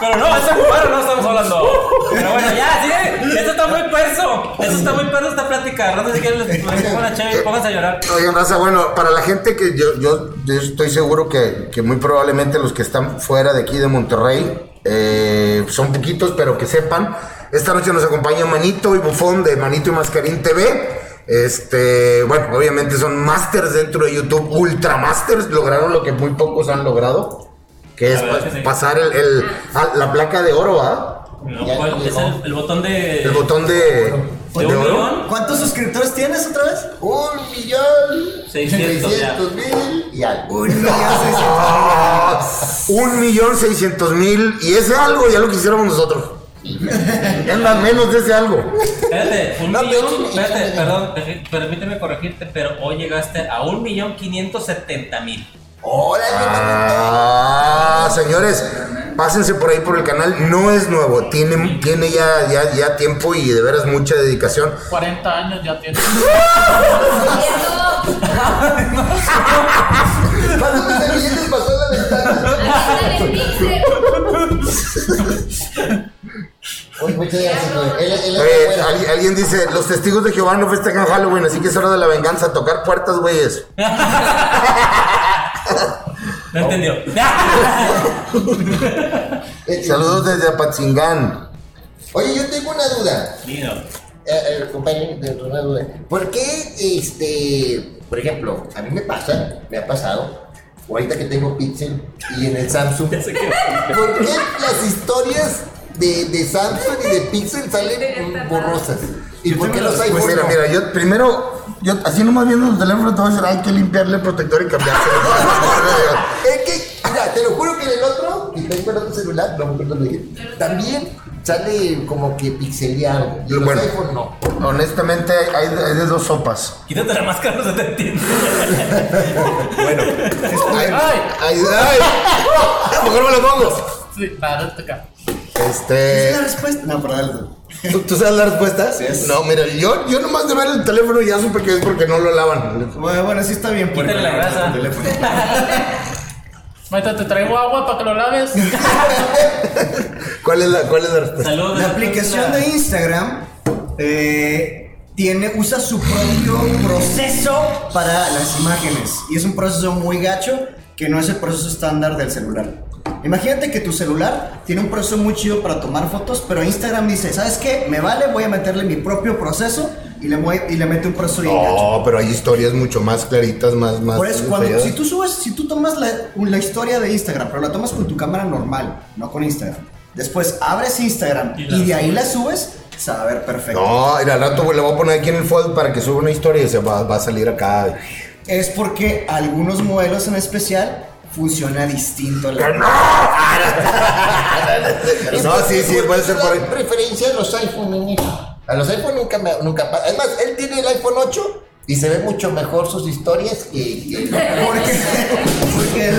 Speaker 7: Pero no, ese jugador no estamos hablando. Pero bueno, ya, sigue. Esto está muy perso. Esto está muy perso esta plática. No sé si quieren les les pongo una chévere y pónganse a llorar.
Speaker 2: Oigan, raza, bueno, para la gente que yo, yo, yo estoy seguro que, que muy probablemente los que están fuera de aquí de Monterrey eh, son poquitos, pero que sepan. Esta noche nos acompaña Manito y Bufón de Manito y Mascarín TV. Este, bueno, obviamente son masters dentro de YouTube, ultramasters, lograron lo que muy pocos han logrado, que es pa-
Speaker 7: verdad es que sí.
Speaker 2: pasar el, el- a- la placa de oro, ¿ah?
Speaker 7: No,
Speaker 3: Ya,
Speaker 7: ¿cuál? es
Speaker 3: no.
Speaker 7: el, el botón de.
Speaker 2: El botón de,
Speaker 7: de
Speaker 2: de
Speaker 7: un
Speaker 2: oro.
Speaker 7: millón.
Speaker 5: ¿Cuántos suscriptores tienes otra vez?
Speaker 3: Un millón.
Speaker 7: Seiscientos, ya.
Speaker 3: 600 mil y algo.
Speaker 5: Un millón
Speaker 2: Ah, Un millón seiscientos mil y ese algo ya lo quisiéramos nosotros. Es más menos de ese algo.
Speaker 7: Espérate, un
Speaker 3: No, pero
Speaker 7: millón.
Speaker 3: échale,
Speaker 7: Espérate,
Speaker 3: échale.
Speaker 7: perdón, per- permíteme corregirte, pero hoy llegaste a un millón quinientos setenta mil.
Speaker 3: Órale,
Speaker 2: Ah, señores, pásense por ahí por el canal. No es nuevo, tiene, tiene ya, ya, ya tiempo y de veras mucha dedicación.
Speaker 4: 40 años ya tiene.
Speaker 9: Cierto.
Speaker 3: manito. Cuando mis servilletas pasó la ventana.
Speaker 9: Ahí está el mixer.
Speaker 3: Uy, muchas gracias, güey. Él, él, él,
Speaker 2: Oye,
Speaker 3: bueno.
Speaker 2: Eh, al- alguien dice, los testigos de Jehová no festejan Halloween, así que es hora de la venganza, tocar puertas, güeyes.
Speaker 7: No
Speaker 3: Oh.
Speaker 7: entendió.
Speaker 3: Eh,
Speaker 2: Saludos desde Apatzingán.
Speaker 3: Oye, yo tengo una duda.
Speaker 7: Lindo.
Speaker 3: Eh, eh, compañero, tengo una duda. ¿Por qué, este, por ejemplo, a mí me pasa, me ha pasado, ahorita que tengo Pixel y en el Samsung, ¿por qué las historias de, de Samsung y de Pixel salen mm, borrosas? ¿Y por qué los
Speaker 2: Pues
Speaker 3: iPhone
Speaker 2: mira,
Speaker 3: no?
Speaker 2: mira, yo primero, yo así nomás viendo el teléfono, te voy a decir, hay que limpiarle el protector y cambiárselo.
Speaker 3: Es que, mira, te lo juro que en el otro, y tengo el otro celular, no me acuerdo dónde dije, también sale como que pixeleado. Y los
Speaker 2: Bueno.
Speaker 3: iPhone no.
Speaker 2: Honestamente, hay, hay de dos sopas.
Speaker 7: Quítate la máscara, no se te entiende.
Speaker 2: Ay,
Speaker 4: Ay.
Speaker 2: ay, ay. A lo mejor me lo pongo.
Speaker 4: Sí, claro, toca.
Speaker 5: ¿Es la
Speaker 2: Este.
Speaker 5: respuesta? Eh, No, perdón.
Speaker 2: ¿tú, tú sabes la respuesta?
Speaker 5: Así es.
Speaker 2: No, mira, yo, yo nomás de ver el teléfono ya supe que es porque no lo lavan.
Speaker 5: Bueno, bueno, sí está bien. pues,
Speaker 7: Quítale la grasa.
Speaker 4: Maito, te traigo agua para que lo laves.
Speaker 2: ¿Cuál es la, cuál es la respuesta?
Speaker 7: Saludos.
Speaker 5: La aplicación de Instagram eh, tiene, usa su propio proceso para las imágenes. Y es un proceso muy gacho que no es el proceso estándar del celular. Imagínate que tu celular tiene un proceso muy chido para tomar fotos, pero Instagram dice, ¿sabes qué? Me vale, voy a meterle mi propio proceso y le, mue- y le mete un proceso bien gacho.
Speaker 2: No, pero hay historias mucho más claritas, más, más.
Speaker 5: Por eso, cuando,
Speaker 2: detalladas.
Speaker 5: si tú subes, si tú tomas la, la historia de Instagram, pero la tomas con tu cámara normal, no con Instagram. Después abres Instagram y, de ahí la subes, se va a ver perfecto.
Speaker 2: No, mira, al rato güey, le voy a poner aquí en el fold para que suba una historia y se va, va a salir acá.
Speaker 5: Es porque algunos modelos en especial funciona distinto. La...
Speaker 2: No, sí, sí, puede ser por ahí.
Speaker 3: preferencia de los iPhone en eso. A los iPhone nunca me, nunca pa- Además, él tiene el iPhone 8 y se ve mucho mejor sus historias que. que-
Speaker 5: Porque, porque el,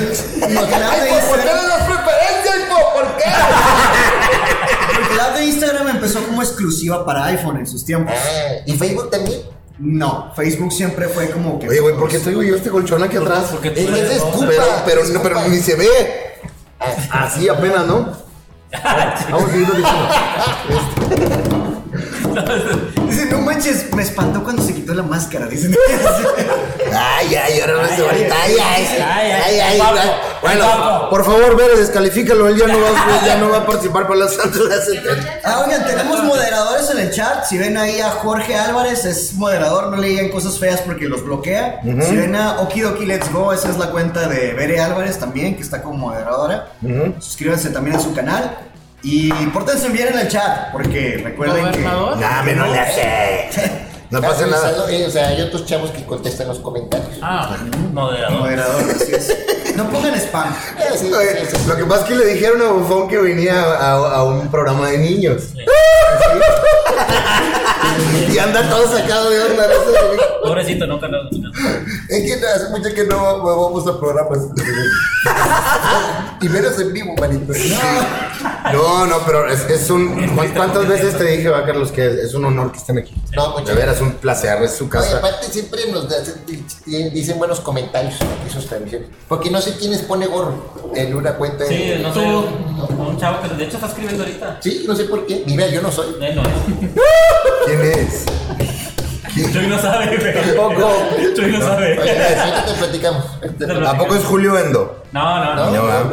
Speaker 5: el canal de
Speaker 3: Ay, pues, ¿por qué
Speaker 5: Instagram,
Speaker 3: no las preferencias, po? ¿Por qué?
Speaker 5: porque el app de Instagram empezó como exclusiva para iPhone en sus tiempos.
Speaker 3: Ah, ¿Y Facebook también?
Speaker 5: No, Facebook siempre fue como que.
Speaker 2: Oye, güey, ¿por qué traigo yo este colchón aquí atrás?
Speaker 7: porque tú
Speaker 2: Eh,
Speaker 7: eres
Speaker 2: es
Speaker 7: hombre.
Speaker 2: escupa, pero, pero, no, pero ni se ve. Así apenas, ¿no? Vamos a seguirlo diciendo.
Speaker 5: Dice, no manches, me espantó cuando se quitó la máscara. Dicen.
Speaker 2: Ay, ay, ahora no se va ahorita. Ay, ay,
Speaker 7: ay,
Speaker 2: ay, ay.
Speaker 7: Paco,
Speaker 2: ay. Bueno,
Speaker 7: Paco.
Speaker 2: por favor, Vélez, descalifícalo. Él ya no va, ya no va a participar para las altas.
Speaker 5: Ah, oigan, tenemos moderadores en el chat. Si ven ahí a Jorge Álvarez, es moderador, no le digan cosas feas porque los bloquea. Si ven a Okidoki Let's Go, esa es la cuenta de Bere Álvarez también, que está como moderadora. Suscríbanse también a su canal. Y pórtense bien en el chat, porque recuerden que.
Speaker 4: ¿Gobernador?
Speaker 2: No, me no le hace. No pasa nada.
Speaker 3: Eh, o sea, hay otros chavos que contestan los comentarios.
Speaker 7: Ah, moderador.
Speaker 5: Moderador, así es. No pongan spam.
Speaker 3: Eh, sí,
Speaker 2: Oye,
Speaker 3: sí, sí.
Speaker 2: Lo que pasa es que le dijeron a Bufón que venía a, a un programa de niños. y anda todo sacado de onda. no sé.
Speaker 7: Pobrecito, nunca lo
Speaker 3: Es que hace mucho que no vamos a programas. y menos en vivo, manito.
Speaker 2: No, no, pero es, es un. ¿Cuántas veces te dije, va, Carlos, que es un honor que estén aquí?
Speaker 3: No, muchas
Speaker 2: De veras, un placer, es su
Speaker 3: No, y
Speaker 2: casa.
Speaker 3: aparte siempre nos da- di- di- dicen buenos comentarios en sus transmisiones. Porque no sé quiénes pone gorro en una cuenta.
Speaker 7: Sí,
Speaker 3: de-
Speaker 7: no sé. Un chavo que de hecho está escribiendo ahorita.
Speaker 3: Sí, no sé por qué. Mira, yo no soy.
Speaker 7: Él no es.
Speaker 2: ¿Quién es?
Speaker 7: Chuy no sabe, güey.
Speaker 2: Tampoco.
Speaker 7: Chuy no
Speaker 3: Oye,
Speaker 7: sabe.
Speaker 3: ahorita te platicamos.
Speaker 2: ¿A poco es Julio Endo?
Speaker 7: No, no, no.
Speaker 2: No, va.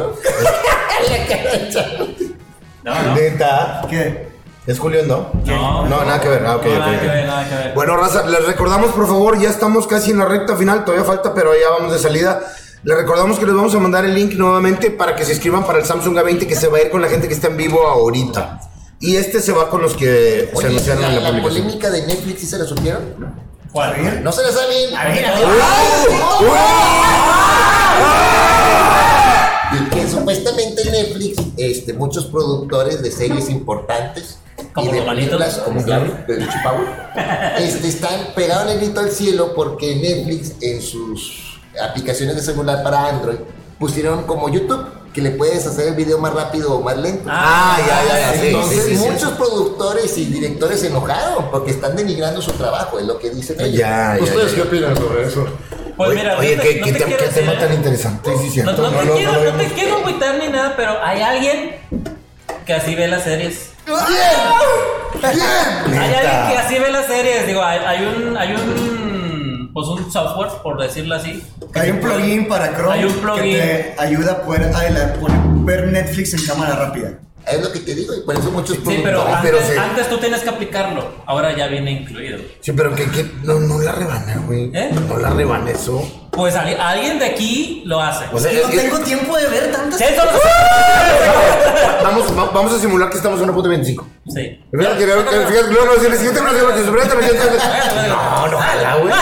Speaker 7: No, no.
Speaker 2: Neta.
Speaker 5: ¿Qué?
Speaker 2: ¿Es Julio Endo?
Speaker 7: No.
Speaker 2: No, nada que ver. Ah, ok,
Speaker 7: No,
Speaker 2: ok,
Speaker 7: nada
Speaker 2: ok.
Speaker 7: que ver, nada que ver.
Speaker 2: Bueno, Raza, les recordamos, por favor, ya estamos casi en la recta final, todavía falta, pero ya vamos de salida. Les recordamos que les vamos a mandar el link nuevamente para que se inscriban para el Samsung A20 que se va a ir con la gente que está en vivo ahorita. Y este se va con los que se
Speaker 3: Oye,
Speaker 2: anunciaron
Speaker 3: la,
Speaker 2: en la
Speaker 3: la
Speaker 2: publicación.
Speaker 3: polémica de Netflix, ¿sí se la supieron?
Speaker 7: ¿Cuál?
Speaker 3: No se la saben. A ver, Y que supuestamente en Netflix, este, muchos productores de series importantes.
Speaker 7: Como
Speaker 3: y de
Speaker 7: los manitos.
Speaker 3: películas, Como claro, de Luchi Power, este, están pegados el grito al cielo porque Netflix en sus aplicaciones de celular para Android pusieron como YouTube que le puedes hacer el video más rápido o más lento.
Speaker 2: Ah, ya, ya, ya, sí,
Speaker 3: Entonces
Speaker 2: sí, sí, sí.
Speaker 3: muchos productores y directores se enojaron porque están denigrando su trabajo, es lo que dicen ellos.
Speaker 2: Ya, ya, ya, ya.
Speaker 3: opinan sobre eso?
Speaker 7: Pues
Speaker 2: Oye,
Speaker 7: mira,
Speaker 2: oye,
Speaker 7: no te-
Speaker 2: qué,
Speaker 7: no
Speaker 2: qué
Speaker 7: te
Speaker 2: tem-
Speaker 7: quiero
Speaker 2: qué tema
Speaker 7: decir,
Speaker 2: tan
Speaker 7: ¿eh?
Speaker 2: interesante, sí,
Speaker 7: No,
Speaker 2: cierto.
Speaker 7: no te
Speaker 2: lo- lo
Speaker 7: quiero, no te
Speaker 2: habíamos-
Speaker 7: quiero agüitar ni nada, pero hay alguien que así ve las series. Hay
Speaker 2: Neta.
Speaker 7: alguien que así ve las series. Digo, hay, hay un, hay un, pues un software, por decirlo así. que
Speaker 5: Hay
Speaker 7: se
Speaker 5: un
Speaker 7: puede-
Speaker 5: plugin para Chrome
Speaker 7: Hay un plugin.
Speaker 5: que te ayuda a poder, a la- poder ver Netflix en cámara rápida.
Speaker 3: Es lo que te digo, y por eso muchos
Speaker 7: Sí, pero,
Speaker 2: No,
Speaker 7: antes,
Speaker 2: pero sí.
Speaker 7: antes tú tienes que aplicarlo. Ahora ya viene incluido.
Speaker 2: Sí, pero que, que- no, no la rebanes, güey.
Speaker 7: ¿Eh?
Speaker 2: No la rebanes eso.
Speaker 7: Pues ali- alguien de aquí lo hace.
Speaker 3: Pues,
Speaker 2: O sea, es
Speaker 5: No
Speaker 2: que-
Speaker 5: tengo tiempo de ver tantas.
Speaker 7: Sí, eso lo-
Speaker 2: vamos, va- vamos a simular que estamos en una punto 25.
Speaker 7: Sí.
Speaker 2: Primero que luego que fíjate, luego decir el siguiente frase, porque su frente, porque- No, no, ojalá, güey.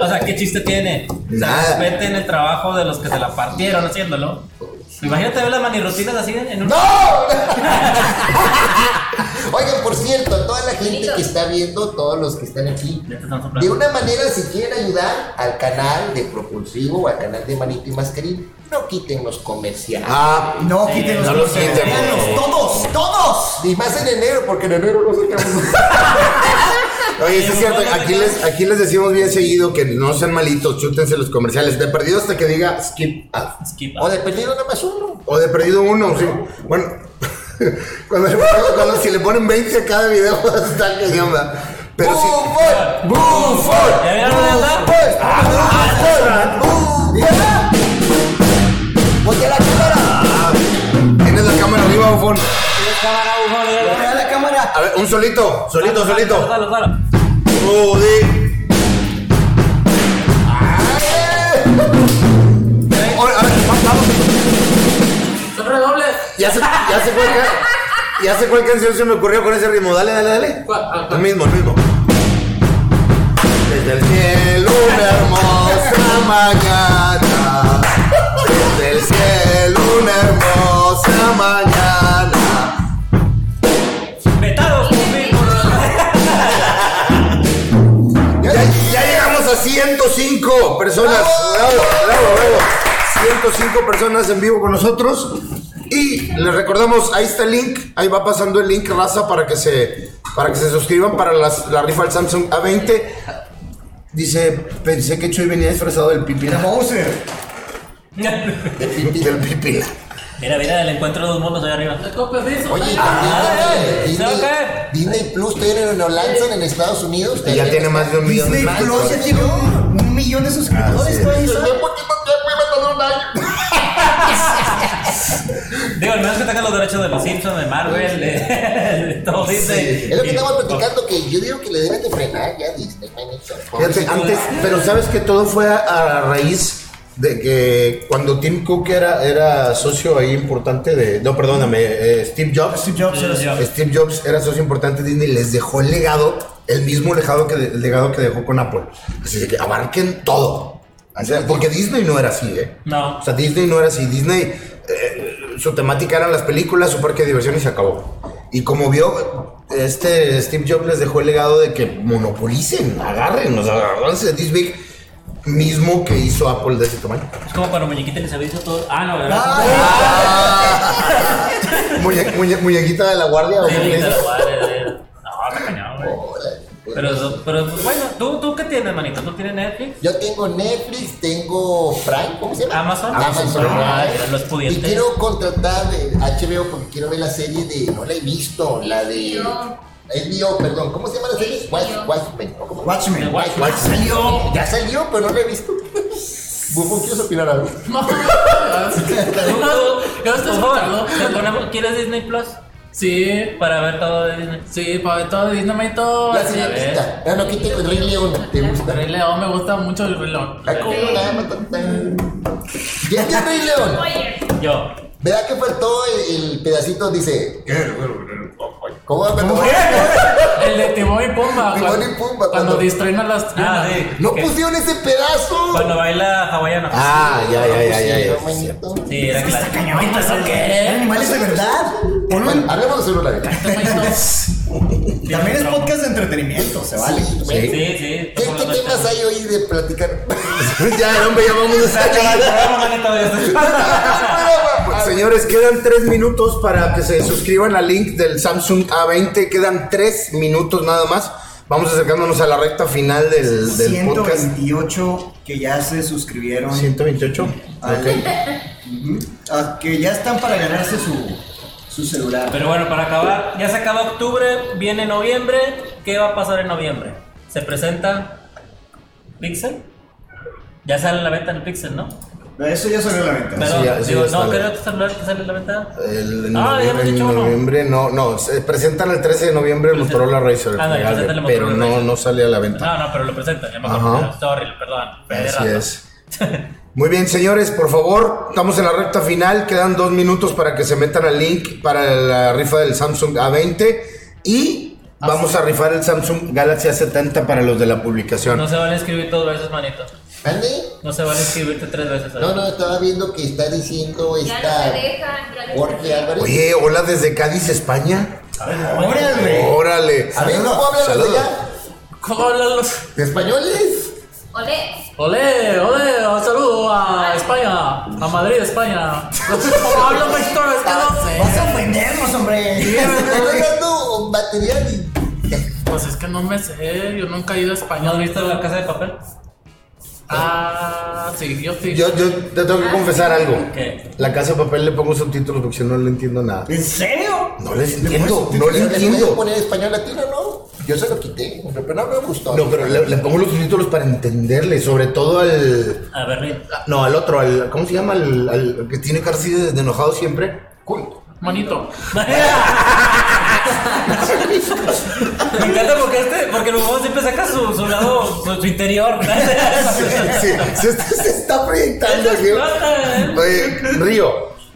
Speaker 7: O sea, ¿qué chiste tiene? O sea,
Speaker 2: Nada.
Speaker 7: respeten el trabajo de los que se la partieron haciéndolo. Imagínate ver las manirrutinas así en un...
Speaker 3: Oigan, por cierto, a toda la gente que está viendo, todos los que están aquí,
Speaker 7: Ya te están soplando.
Speaker 3: de una manera, si quieren ayudar al canal de Propulsivo o al canal de Manito y Mascarín, no quiten los comerciales.
Speaker 2: Ah,
Speaker 5: No, quiten los
Speaker 2: no los
Speaker 5: comerciales.
Speaker 2: quiten,
Speaker 5: Véanlos,
Speaker 2: güey.
Speaker 5: todos, todos.
Speaker 3: Y más en enero, porque en enero no sacamos.
Speaker 2: oye, sí es cierto, aquí les, aquí les decimos bien seguido que no sean malitos, chútense los comerciales. De perdido hasta que diga skip ad.
Speaker 7: Skip.
Speaker 3: o de perdido nada más uno.
Speaker 2: O de perdido uno, sí. Bueno, Cuando, le ponen- cuando si le ponen 20 a cada video, está cañón, ¿verdad? Pero sí.
Speaker 3: ¡Bufón!
Speaker 7: ¿Ya
Speaker 3: ¡Bufón!
Speaker 7: vieron dónde anda?
Speaker 3: ¡Bufón! ¡Voltea la cámara!
Speaker 2: Tienes la cámara arriba, bufón.
Speaker 7: Cámara, bufón, mira, mira.
Speaker 3: ¡Voltea la cámara!
Speaker 2: A ver, un solito, solito, solito.
Speaker 7: Dalo, dalo, dalo.
Speaker 2: Rudy. Ay. Oye, a ver, va- vamos.
Speaker 4: Son redobles.
Speaker 2: Ya sé, ya sé cuál, ca- ya sé cuál canción se me ocurrió con ese ritmo. Dale, dale, dale.
Speaker 4: ¿Cuál? Ah,
Speaker 2: Lo
Speaker 4: ah.
Speaker 2: mismo, lo mismo. Desde el cielo una hermosa mañana. Desde el cielo una hermosa mañana.
Speaker 7: Vetados, por fin, por
Speaker 2: Ya, ya llegamos a 105 personas. Bravo, bravo, bravo. 105 personas en vivo con nosotros. Y les recordamos, ahí está el link, ahí va pasando el link raza para que se para que se suscriban para las- la rifa del Samsung A20. Dice, pensé que Chuy venía disfrazado del
Speaker 3: ¡Mira,
Speaker 2: pipila.
Speaker 3: Mauser!
Speaker 7: la-
Speaker 2: Del pipila. Del pipila.
Speaker 7: Mira, mira, el encuentro de los mundos allá arriba.
Speaker 4: El copo es liso.
Speaker 3: Oye,
Speaker 7: Ah,
Speaker 3: también
Speaker 7: eh,
Speaker 3: Disney,
Speaker 7: se va a caer.
Speaker 3: Disney Plus todavía lo lanzan en Estados Unidos.
Speaker 2: Y ya tiene más de un millón de
Speaker 5: Disney Plus ya
Speaker 2: suscriptores.
Speaker 5: tiene un, un millón de suscriptores. pues, todavía está.
Speaker 7: Digo, al menos que tengan los derechos de los Simpsons, de Marvel, de, de todo Disney.
Speaker 3: Es lo que
Speaker 7: Y-
Speaker 3: estamos platicando, que yo digo que le deben de frenar ya Disney.
Speaker 2: Fíjate, antes, pero sabes que todo fue a, a raíz de que cuando Tim Cook era, era socio ahí importante de. No, perdóname, eh, Steve Jobs.
Speaker 5: Steve Jobs era
Speaker 7: Steve Jobs.
Speaker 2: Steve Jobs era socio importante de Disney y les dejó el legado, el mismo legado que, el legado que dejó con Apple. Así de que abarquen todo. O sea, porque Disney no era así, ¿eh?
Speaker 7: No.
Speaker 2: O sea, Disney no era así. Disney, eh, su temática eran las películas, su parque de diversión y se acabó. Y como vio, este Steve Jobs les dejó el legado de que monopolicen, agarren, o sea, agárrense de Disney mismo que hizo Apple de ese tamaño.
Speaker 7: Es como para muñequita que se había hecho todo. Ah, no, ¿verdad?
Speaker 2: Muñe- muñe- muñequita de la guardia. o
Speaker 7: Sí,
Speaker 2: qué le
Speaker 7: ahorita
Speaker 2: dices?
Speaker 7: lo voy a leer. No, está cañón, güey. Pero, eso- pero pues, bueno, ¿tú, ¿tú qué tienes, manito? ¿Tú tienes Netflix?
Speaker 3: Yo tengo Netflix, tengo Prime, ¿cómo se llama?
Speaker 7: Amazon.
Speaker 3: Amazon
Speaker 7: Ah,
Speaker 3: Prime.
Speaker 7: los
Speaker 3: Y
Speaker 7: pudientes.
Speaker 3: quiero contratar eh, HBO porque quiero ver la serie de. No la he visto, la de.
Speaker 9: HBO.
Speaker 3: HBO, perdón. ¿Cómo se llama la serie? Watch, Watchmen. ¿no? ¿Cómo?
Speaker 5: Watchmen.
Speaker 7: Watchmen.
Speaker 3: Salió. Ya salió, pero no la he visto. Bufón, ¿quieres opinar algo?
Speaker 4: No.
Speaker 7: ¿Tú-
Speaker 4: Yo estoy
Speaker 7: tú-
Speaker 4: escuchando.
Speaker 7: ¿te ponemos- ¿Quieres Disney Plus?
Speaker 4: Sí.
Speaker 7: Para ver todo de Disney.
Speaker 4: Sí, para ver todo Disney me todo.
Speaker 3: La
Speaker 4: así.
Speaker 3: señorita. Ah, No, no, quita el Rey León. ¿Te gusta?
Speaker 4: Rey León me gusta mucho el Rey León.
Speaker 3: La cómo la ama tan, tan. Ya está el Rey León.
Speaker 9: Oye,
Speaker 7: Yo.
Speaker 3: ¿Verdad que faltó el, el pedacito? Dice. ¿Cómo va a
Speaker 4: El de Timón y Pumba.
Speaker 3: Timón
Speaker 4: cuando-
Speaker 3: y Pumba,
Speaker 4: Cuando,
Speaker 3: cuando-
Speaker 4: distraen a las
Speaker 7: Ah,
Speaker 4: trianas.
Speaker 7: sí.
Speaker 3: No
Speaker 7: que-
Speaker 3: pusieron ese pedazo.
Speaker 7: Cuando baila hawaiano.
Speaker 2: Ah, ya, ya, ya, ya. ya.
Speaker 3: No, manito.
Speaker 7: Sí, era claro.
Speaker 4: ¿Eso
Speaker 5: Eran
Speaker 4: qué?
Speaker 5: animales de verdad. Ponlo en-
Speaker 3: Bueno, hablemos de celulares.
Speaker 4: Este maestro.
Speaker 5: También es podcast de entretenimiento, se vale.
Speaker 3: Sí, güey.
Speaker 7: Sí,
Speaker 3: ¿Qué,
Speaker 7: sí.
Speaker 3: qué temas hay hoy de platicar?
Speaker 2: Ya, no me llamamos de Señores, quedan tres minutos para que se suscriban al link del Samsung A20. Quedan tres minutos nada más. Vamos acercándonos a la recta final del, del podcast.
Speaker 5: 128 que ya se suscribieron.
Speaker 2: 128.
Speaker 5: al-
Speaker 2: Ok.
Speaker 5: Ujú. Ah, que ya están para ganarse su, su celular.
Speaker 7: Pero bueno, para acabar, ya se acaba octubre, viene noviembre. ¿Qué va a pasar en noviembre? ¿Se presenta Pixel? Ya sale a la venta el Pixel, ¿no?
Speaker 5: Eso ya salió a la venta.
Speaker 7: Pero,
Speaker 2: ya- sí,
Speaker 7: digo,
Speaker 2: ya
Speaker 7: no,
Speaker 2: sale.
Speaker 7: creo que celular que sale a la venta.
Speaker 2: El, en
Speaker 7: Ah, ya hemos
Speaker 2: noviembre,
Speaker 7: dicho
Speaker 2: en
Speaker 7: uno.
Speaker 2: noviembre, no, no. Se presentan el 13 de noviembre el
Speaker 7: Presenta-
Speaker 2: Motorola Razr. el
Speaker 7: Ah, no,
Speaker 2: plegable,
Speaker 7: presenta el
Speaker 2: pero
Speaker 7: Motorola
Speaker 2: no,
Speaker 7: Razr.
Speaker 2: no sale a la venta.
Speaker 7: No, no, pero lo presenta, ya
Speaker 2: Ajá.
Speaker 7: mejor. pero Sorry, perdón. me
Speaker 2: Así
Speaker 7: derrato.
Speaker 2: es. Muy bien, señores, por favor, estamos en la recta final. Quedan dos minutos para que se metan al link para la rifa del Samsung A20. Y vamos a rifar el Samsung Galaxy A70 para los de la publicación.
Speaker 7: No se van a escribir dos veces, manito.
Speaker 3: ¿Ande?
Speaker 7: No se van a escribirte tres veces.
Speaker 3: No, no, estaba viendo que está diciendo
Speaker 9: ya no
Speaker 3: esta
Speaker 9: me dejan. ya no me
Speaker 3: Jorge
Speaker 9: dejan.
Speaker 3: Álvarez.
Speaker 2: Oye, hola desde Cádiz, España.
Speaker 5: ¡Órale!
Speaker 2: Órale.
Speaker 3: a ver, ¿cómo hablan los de
Speaker 2: Saludos.
Speaker 3: allá?
Speaker 4: ¿Cómo hablan los?
Speaker 3: ¿De españoles?
Speaker 9: Olé.
Speaker 4: Olé, olé, un saludo a España, a Madrid, España. ¿Cómo hablan Víctor? Es que no
Speaker 5: Vas
Speaker 4: sé.
Speaker 5: a ofendernos, hombre.
Speaker 3: Estoy dando material y
Speaker 4: Pues es que no me sé, yo nunca he ido a
Speaker 7: ¿No
Speaker 4: España.
Speaker 7: has visto la casa de papel?
Speaker 4: Ah, sí, yo sí.
Speaker 2: Yo, yo te tengo que confesar algo.
Speaker 7: ¿Qué?
Speaker 2: La casa de papel le pongo subtítulos porque si no, no le entiendo nada.
Speaker 5: ¿En serio?
Speaker 2: No les entiendo, no les
Speaker 3: Le puedes
Speaker 2: entiendo.
Speaker 3: poner español latino, ¿no? Yo se lo quité, hombre, pero no me gustó.
Speaker 2: No, pero le, le pongo los subtítulos para entenderle, sobre todo al.
Speaker 7: A Berlín.
Speaker 2: No, al otro, al. ¿Cómo se llama? Al, al que tiene cara así de, de enojado siempre. Cool.
Speaker 4: Manito.
Speaker 7: Me encanta porque este, porque los huevos siempre saca su, su lado, su, su interior.
Speaker 2: Sí, se, está- se está proyectando aquí.
Speaker 7: Explota, ¿eh?
Speaker 2: Oye, Río.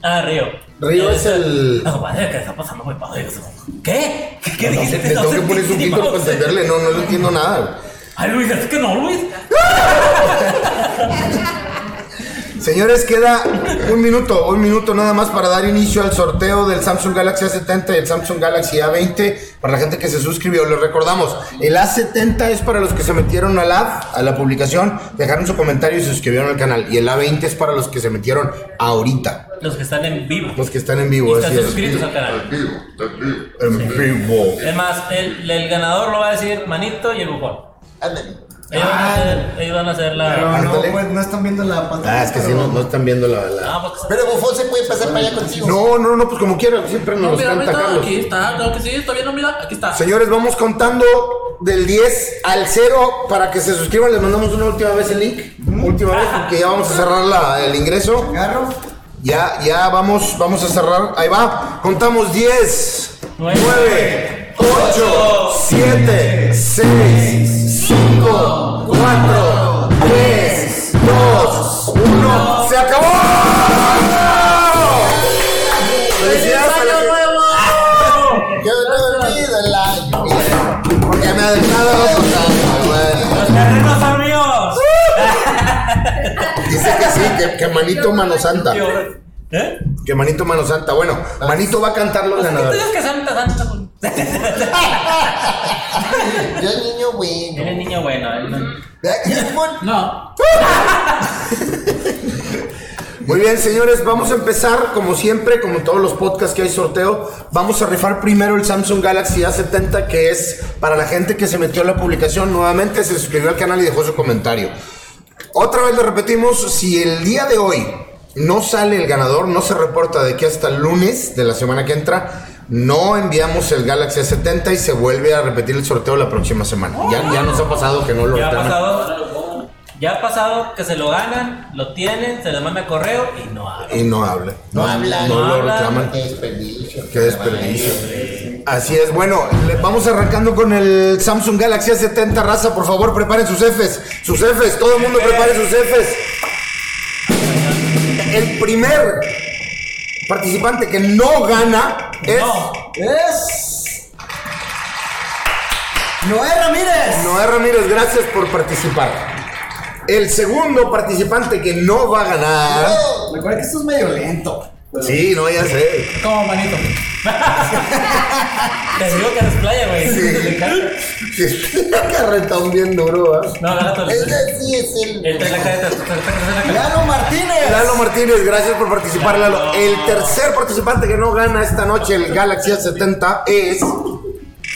Speaker 7: Ah, Río.
Speaker 2: Río es el.
Speaker 7: No, madre, ¿qué está pasando, güey? Padre, ¿Qué? ¿Qué, qué
Speaker 2: No,
Speaker 7: dijiste?
Speaker 2: le tengo que poner subtítulos para entenderle, no, no le entiendo nada.
Speaker 7: Ay, Luis, es que no, Luis.
Speaker 2: Señores, queda un minuto, un minuto nada más para dar inicio al sorteo del Samsung Galaxy A70 y el Samsung Galaxy A20 para la gente que se suscribió. Les recordamos, el A70 es para los que se metieron al app, a la publicación, dejaron su comentario y se suscribieron al canal. Y el A20 es para los que se metieron ahorita,
Speaker 7: Los que están en vivo.
Speaker 2: los que están en
Speaker 7: Y
Speaker 2: vivo. Pues,
Speaker 7: están
Speaker 2: así es.
Speaker 7: suscritos al canal.
Speaker 2: En vivo.
Speaker 7: Es más, el, el ganador lo va a decir Manito y el Bujón.
Speaker 3: Ándale.
Speaker 7: Ellos, van a hacer, ellos van a hacer
Speaker 5: Pero
Speaker 7: la.
Speaker 5: no,
Speaker 2: Ándale.
Speaker 5: pues, no están viendo la pantalla.
Speaker 2: Ah, es que si no, no están viendo la... la-
Speaker 7: Ah, pues,
Speaker 3: Pero Bufón se puede pasar para allá contigo.
Speaker 2: No, no, no, pues como quieran, siempre
Speaker 4: No,
Speaker 2: nos
Speaker 4: mira,
Speaker 2: canta
Speaker 4: ahorita
Speaker 2: Carlos.
Speaker 4: aquí está. Creo que sí, está viendo, mira. Aquí está.
Speaker 2: Señores, vamos contando del 10 al 0 para que se suscriban. Les mandamos una última vez el link. Última vez, porque ya vamos a cerrar la- el ingreso.
Speaker 5: Agarro.
Speaker 2: Ya, ya vamos, vamos a cerrar. Ahí va. Contamos 10, 9, 8, 7, 6, 5, 4, 3, 2, 1. ¡Se acabó! ¡Felicidades a la-
Speaker 3: Yo no olvido el año. Porque me ha dejado pasar, güey.
Speaker 7: ¡Los terrenos son míos!
Speaker 2: Dice que sí, que, que manito mano santa.
Speaker 7: ¿Eh?
Speaker 2: Que manito mano santa. Bueno, manito va a cantar los
Speaker 7: Tú
Speaker 2: ganadores.
Speaker 7: dices que Santa Santa. güey.
Speaker 3: Yo niño bueno.
Speaker 7: Eres niño bueno. él no-
Speaker 4: No.
Speaker 2: Muy bien, señores, vamos a empezar como siempre, como en todos los podcasts que hay sorteo. Vamos a rifar primero el Samsung Galaxy A70, que es para la gente que se metió a la publicación nuevamente, se suscribió al canal y dejó su comentario. Otra vez le repetimos, si el día de hoy no sale el ganador, no se reporta de que hasta el lunes de la semana que entra, no enviamos el Galaxy A70 y se vuelve a repetir el sorteo la próxima semana. Ya, ya nos ha pasado que no lo
Speaker 7: Ya ha
Speaker 2: reclaman.
Speaker 7: pasado. Ya ha pasado que se lo ganan, lo tienen, se les manda correo y no hablan.
Speaker 2: Y no habla.
Speaker 3: No habla,
Speaker 2: No
Speaker 3: no
Speaker 2: lo
Speaker 7: habla.
Speaker 2: reclaman.
Speaker 3: Qué desperdicio.
Speaker 2: Qué desperdicio. Así es, bueno, le- vamos arrancando con el Samsung Galaxy A70 raza, por favor, preparen sus Fs, sus Fs, todo el mundo prepare sus Fs. El primer participante que no gana es
Speaker 7: No.
Speaker 5: Es. Noé Ramírez.
Speaker 2: Noé Ramírez, gracias por participar. El segundo participante que no va a ganar.
Speaker 5: Recuerda que esto es medio lento.
Speaker 2: Sí, no, ya sé.
Speaker 4: Como manito.
Speaker 7: Te digo que eres playa, güey. Me encanta.
Speaker 2: Carretón bien duro, ¿ah?
Speaker 7: No, gánate.
Speaker 3: Ese sí es el.
Speaker 7: Esta es la careta. esta- esta- esta es la careta.
Speaker 5: Lalo Martínez.
Speaker 2: Lalo Martínez, gracias por participar, Lalo. El tercer participante que no gana esta noche el Galaxy A70 es.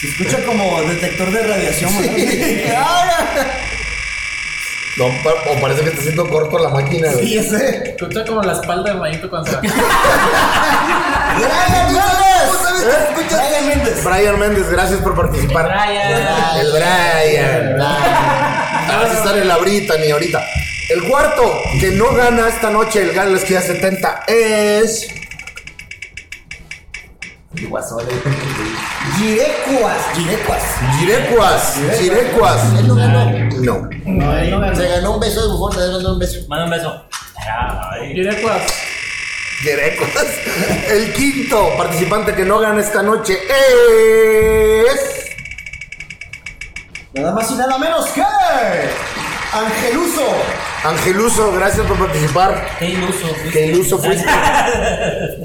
Speaker 5: Se escucha como detector de radiación. ¿no?
Speaker 2: No, pa- o parece que está haciendo corto la máquina. güey.
Speaker 5: Sí, ese.
Speaker 4: Escucha como la espalda de manito cuando se va.
Speaker 5: Brian Méndez.
Speaker 2: ¿Eh?
Speaker 5: Brian Méndez.
Speaker 2: Brian Méndez, gracias por participar.
Speaker 7: Brian.
Speaker 2: El Brian. No vas a estar en la brita ni ahorita. El cuarto que no gana esta noche el Galaxy A70 es.
Speaker 5: Girecuas. Girecuas.
Speaker 2: Girecuas. Girecuas.
Speaker 3: Él no ganó.
Speaker 2: No.
Speaker 5: No, él no ganó.
Speaker 3: Se ganó un beso de bufón, le ganó un beso.
Speaker 7: Manda un beso. Ay.
Speaker 4: Yo recuerdo.
Speaker 2: Girecuas. El quinto participante que no gana esta noche es.
Speaker 5: Nada más y nada menos que. Angeluso.
Speaker 2: Angeluso, gracias por participar.
Speaker 7: Qué iluso.
Speaker 2: Que iluso fuiste.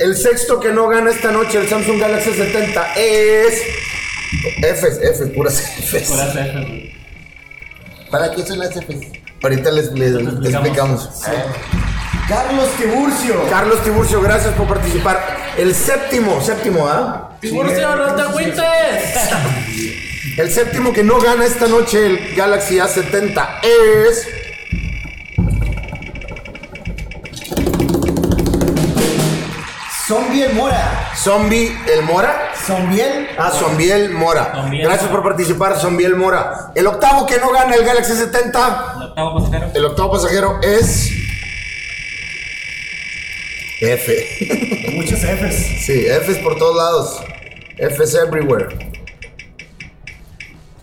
Speaker 2: El sexto que no gana esta noche el Samsung Galaxy 70 es. Fs, Fs, puras Fs.
Speaker 7: Por hacer, güey.
Speaker 3: ¿Para qué son las Fs?
Speaker 2: Ahorita les, les- les
Speaker 7: explicamos.
Speaker 2: explicamos.
Speaker 5: Carlos Tiburcio.
Speaker 2: Carlos Tiburcio, gracias por participar. El séptimo, séptimo, ¿ah?
Speaker 4: Tiburcio, no te agüites.
Speaker 2: El séptimo que no gana esta noche el Galaxy A70 es.
Speaker 5: Zombie el Mora.
Speaker 2: Zombie el Mora.
Speaker 5: Zombiel.
Speaker 2: Ah, Zombiel Mora.
Speaker 7: Zombiel.
Speaker 2: Gracias por participar, Zombiel Mora. El octavo que no gana el Galaxy 70.
Speaker 7: El octavo pasajero.
Speaker 2: El octavo pasajero es. F.
Speaker 5: Muchos Fs.
Speaker 2: Sí, F es por todos lados. F es everywhere.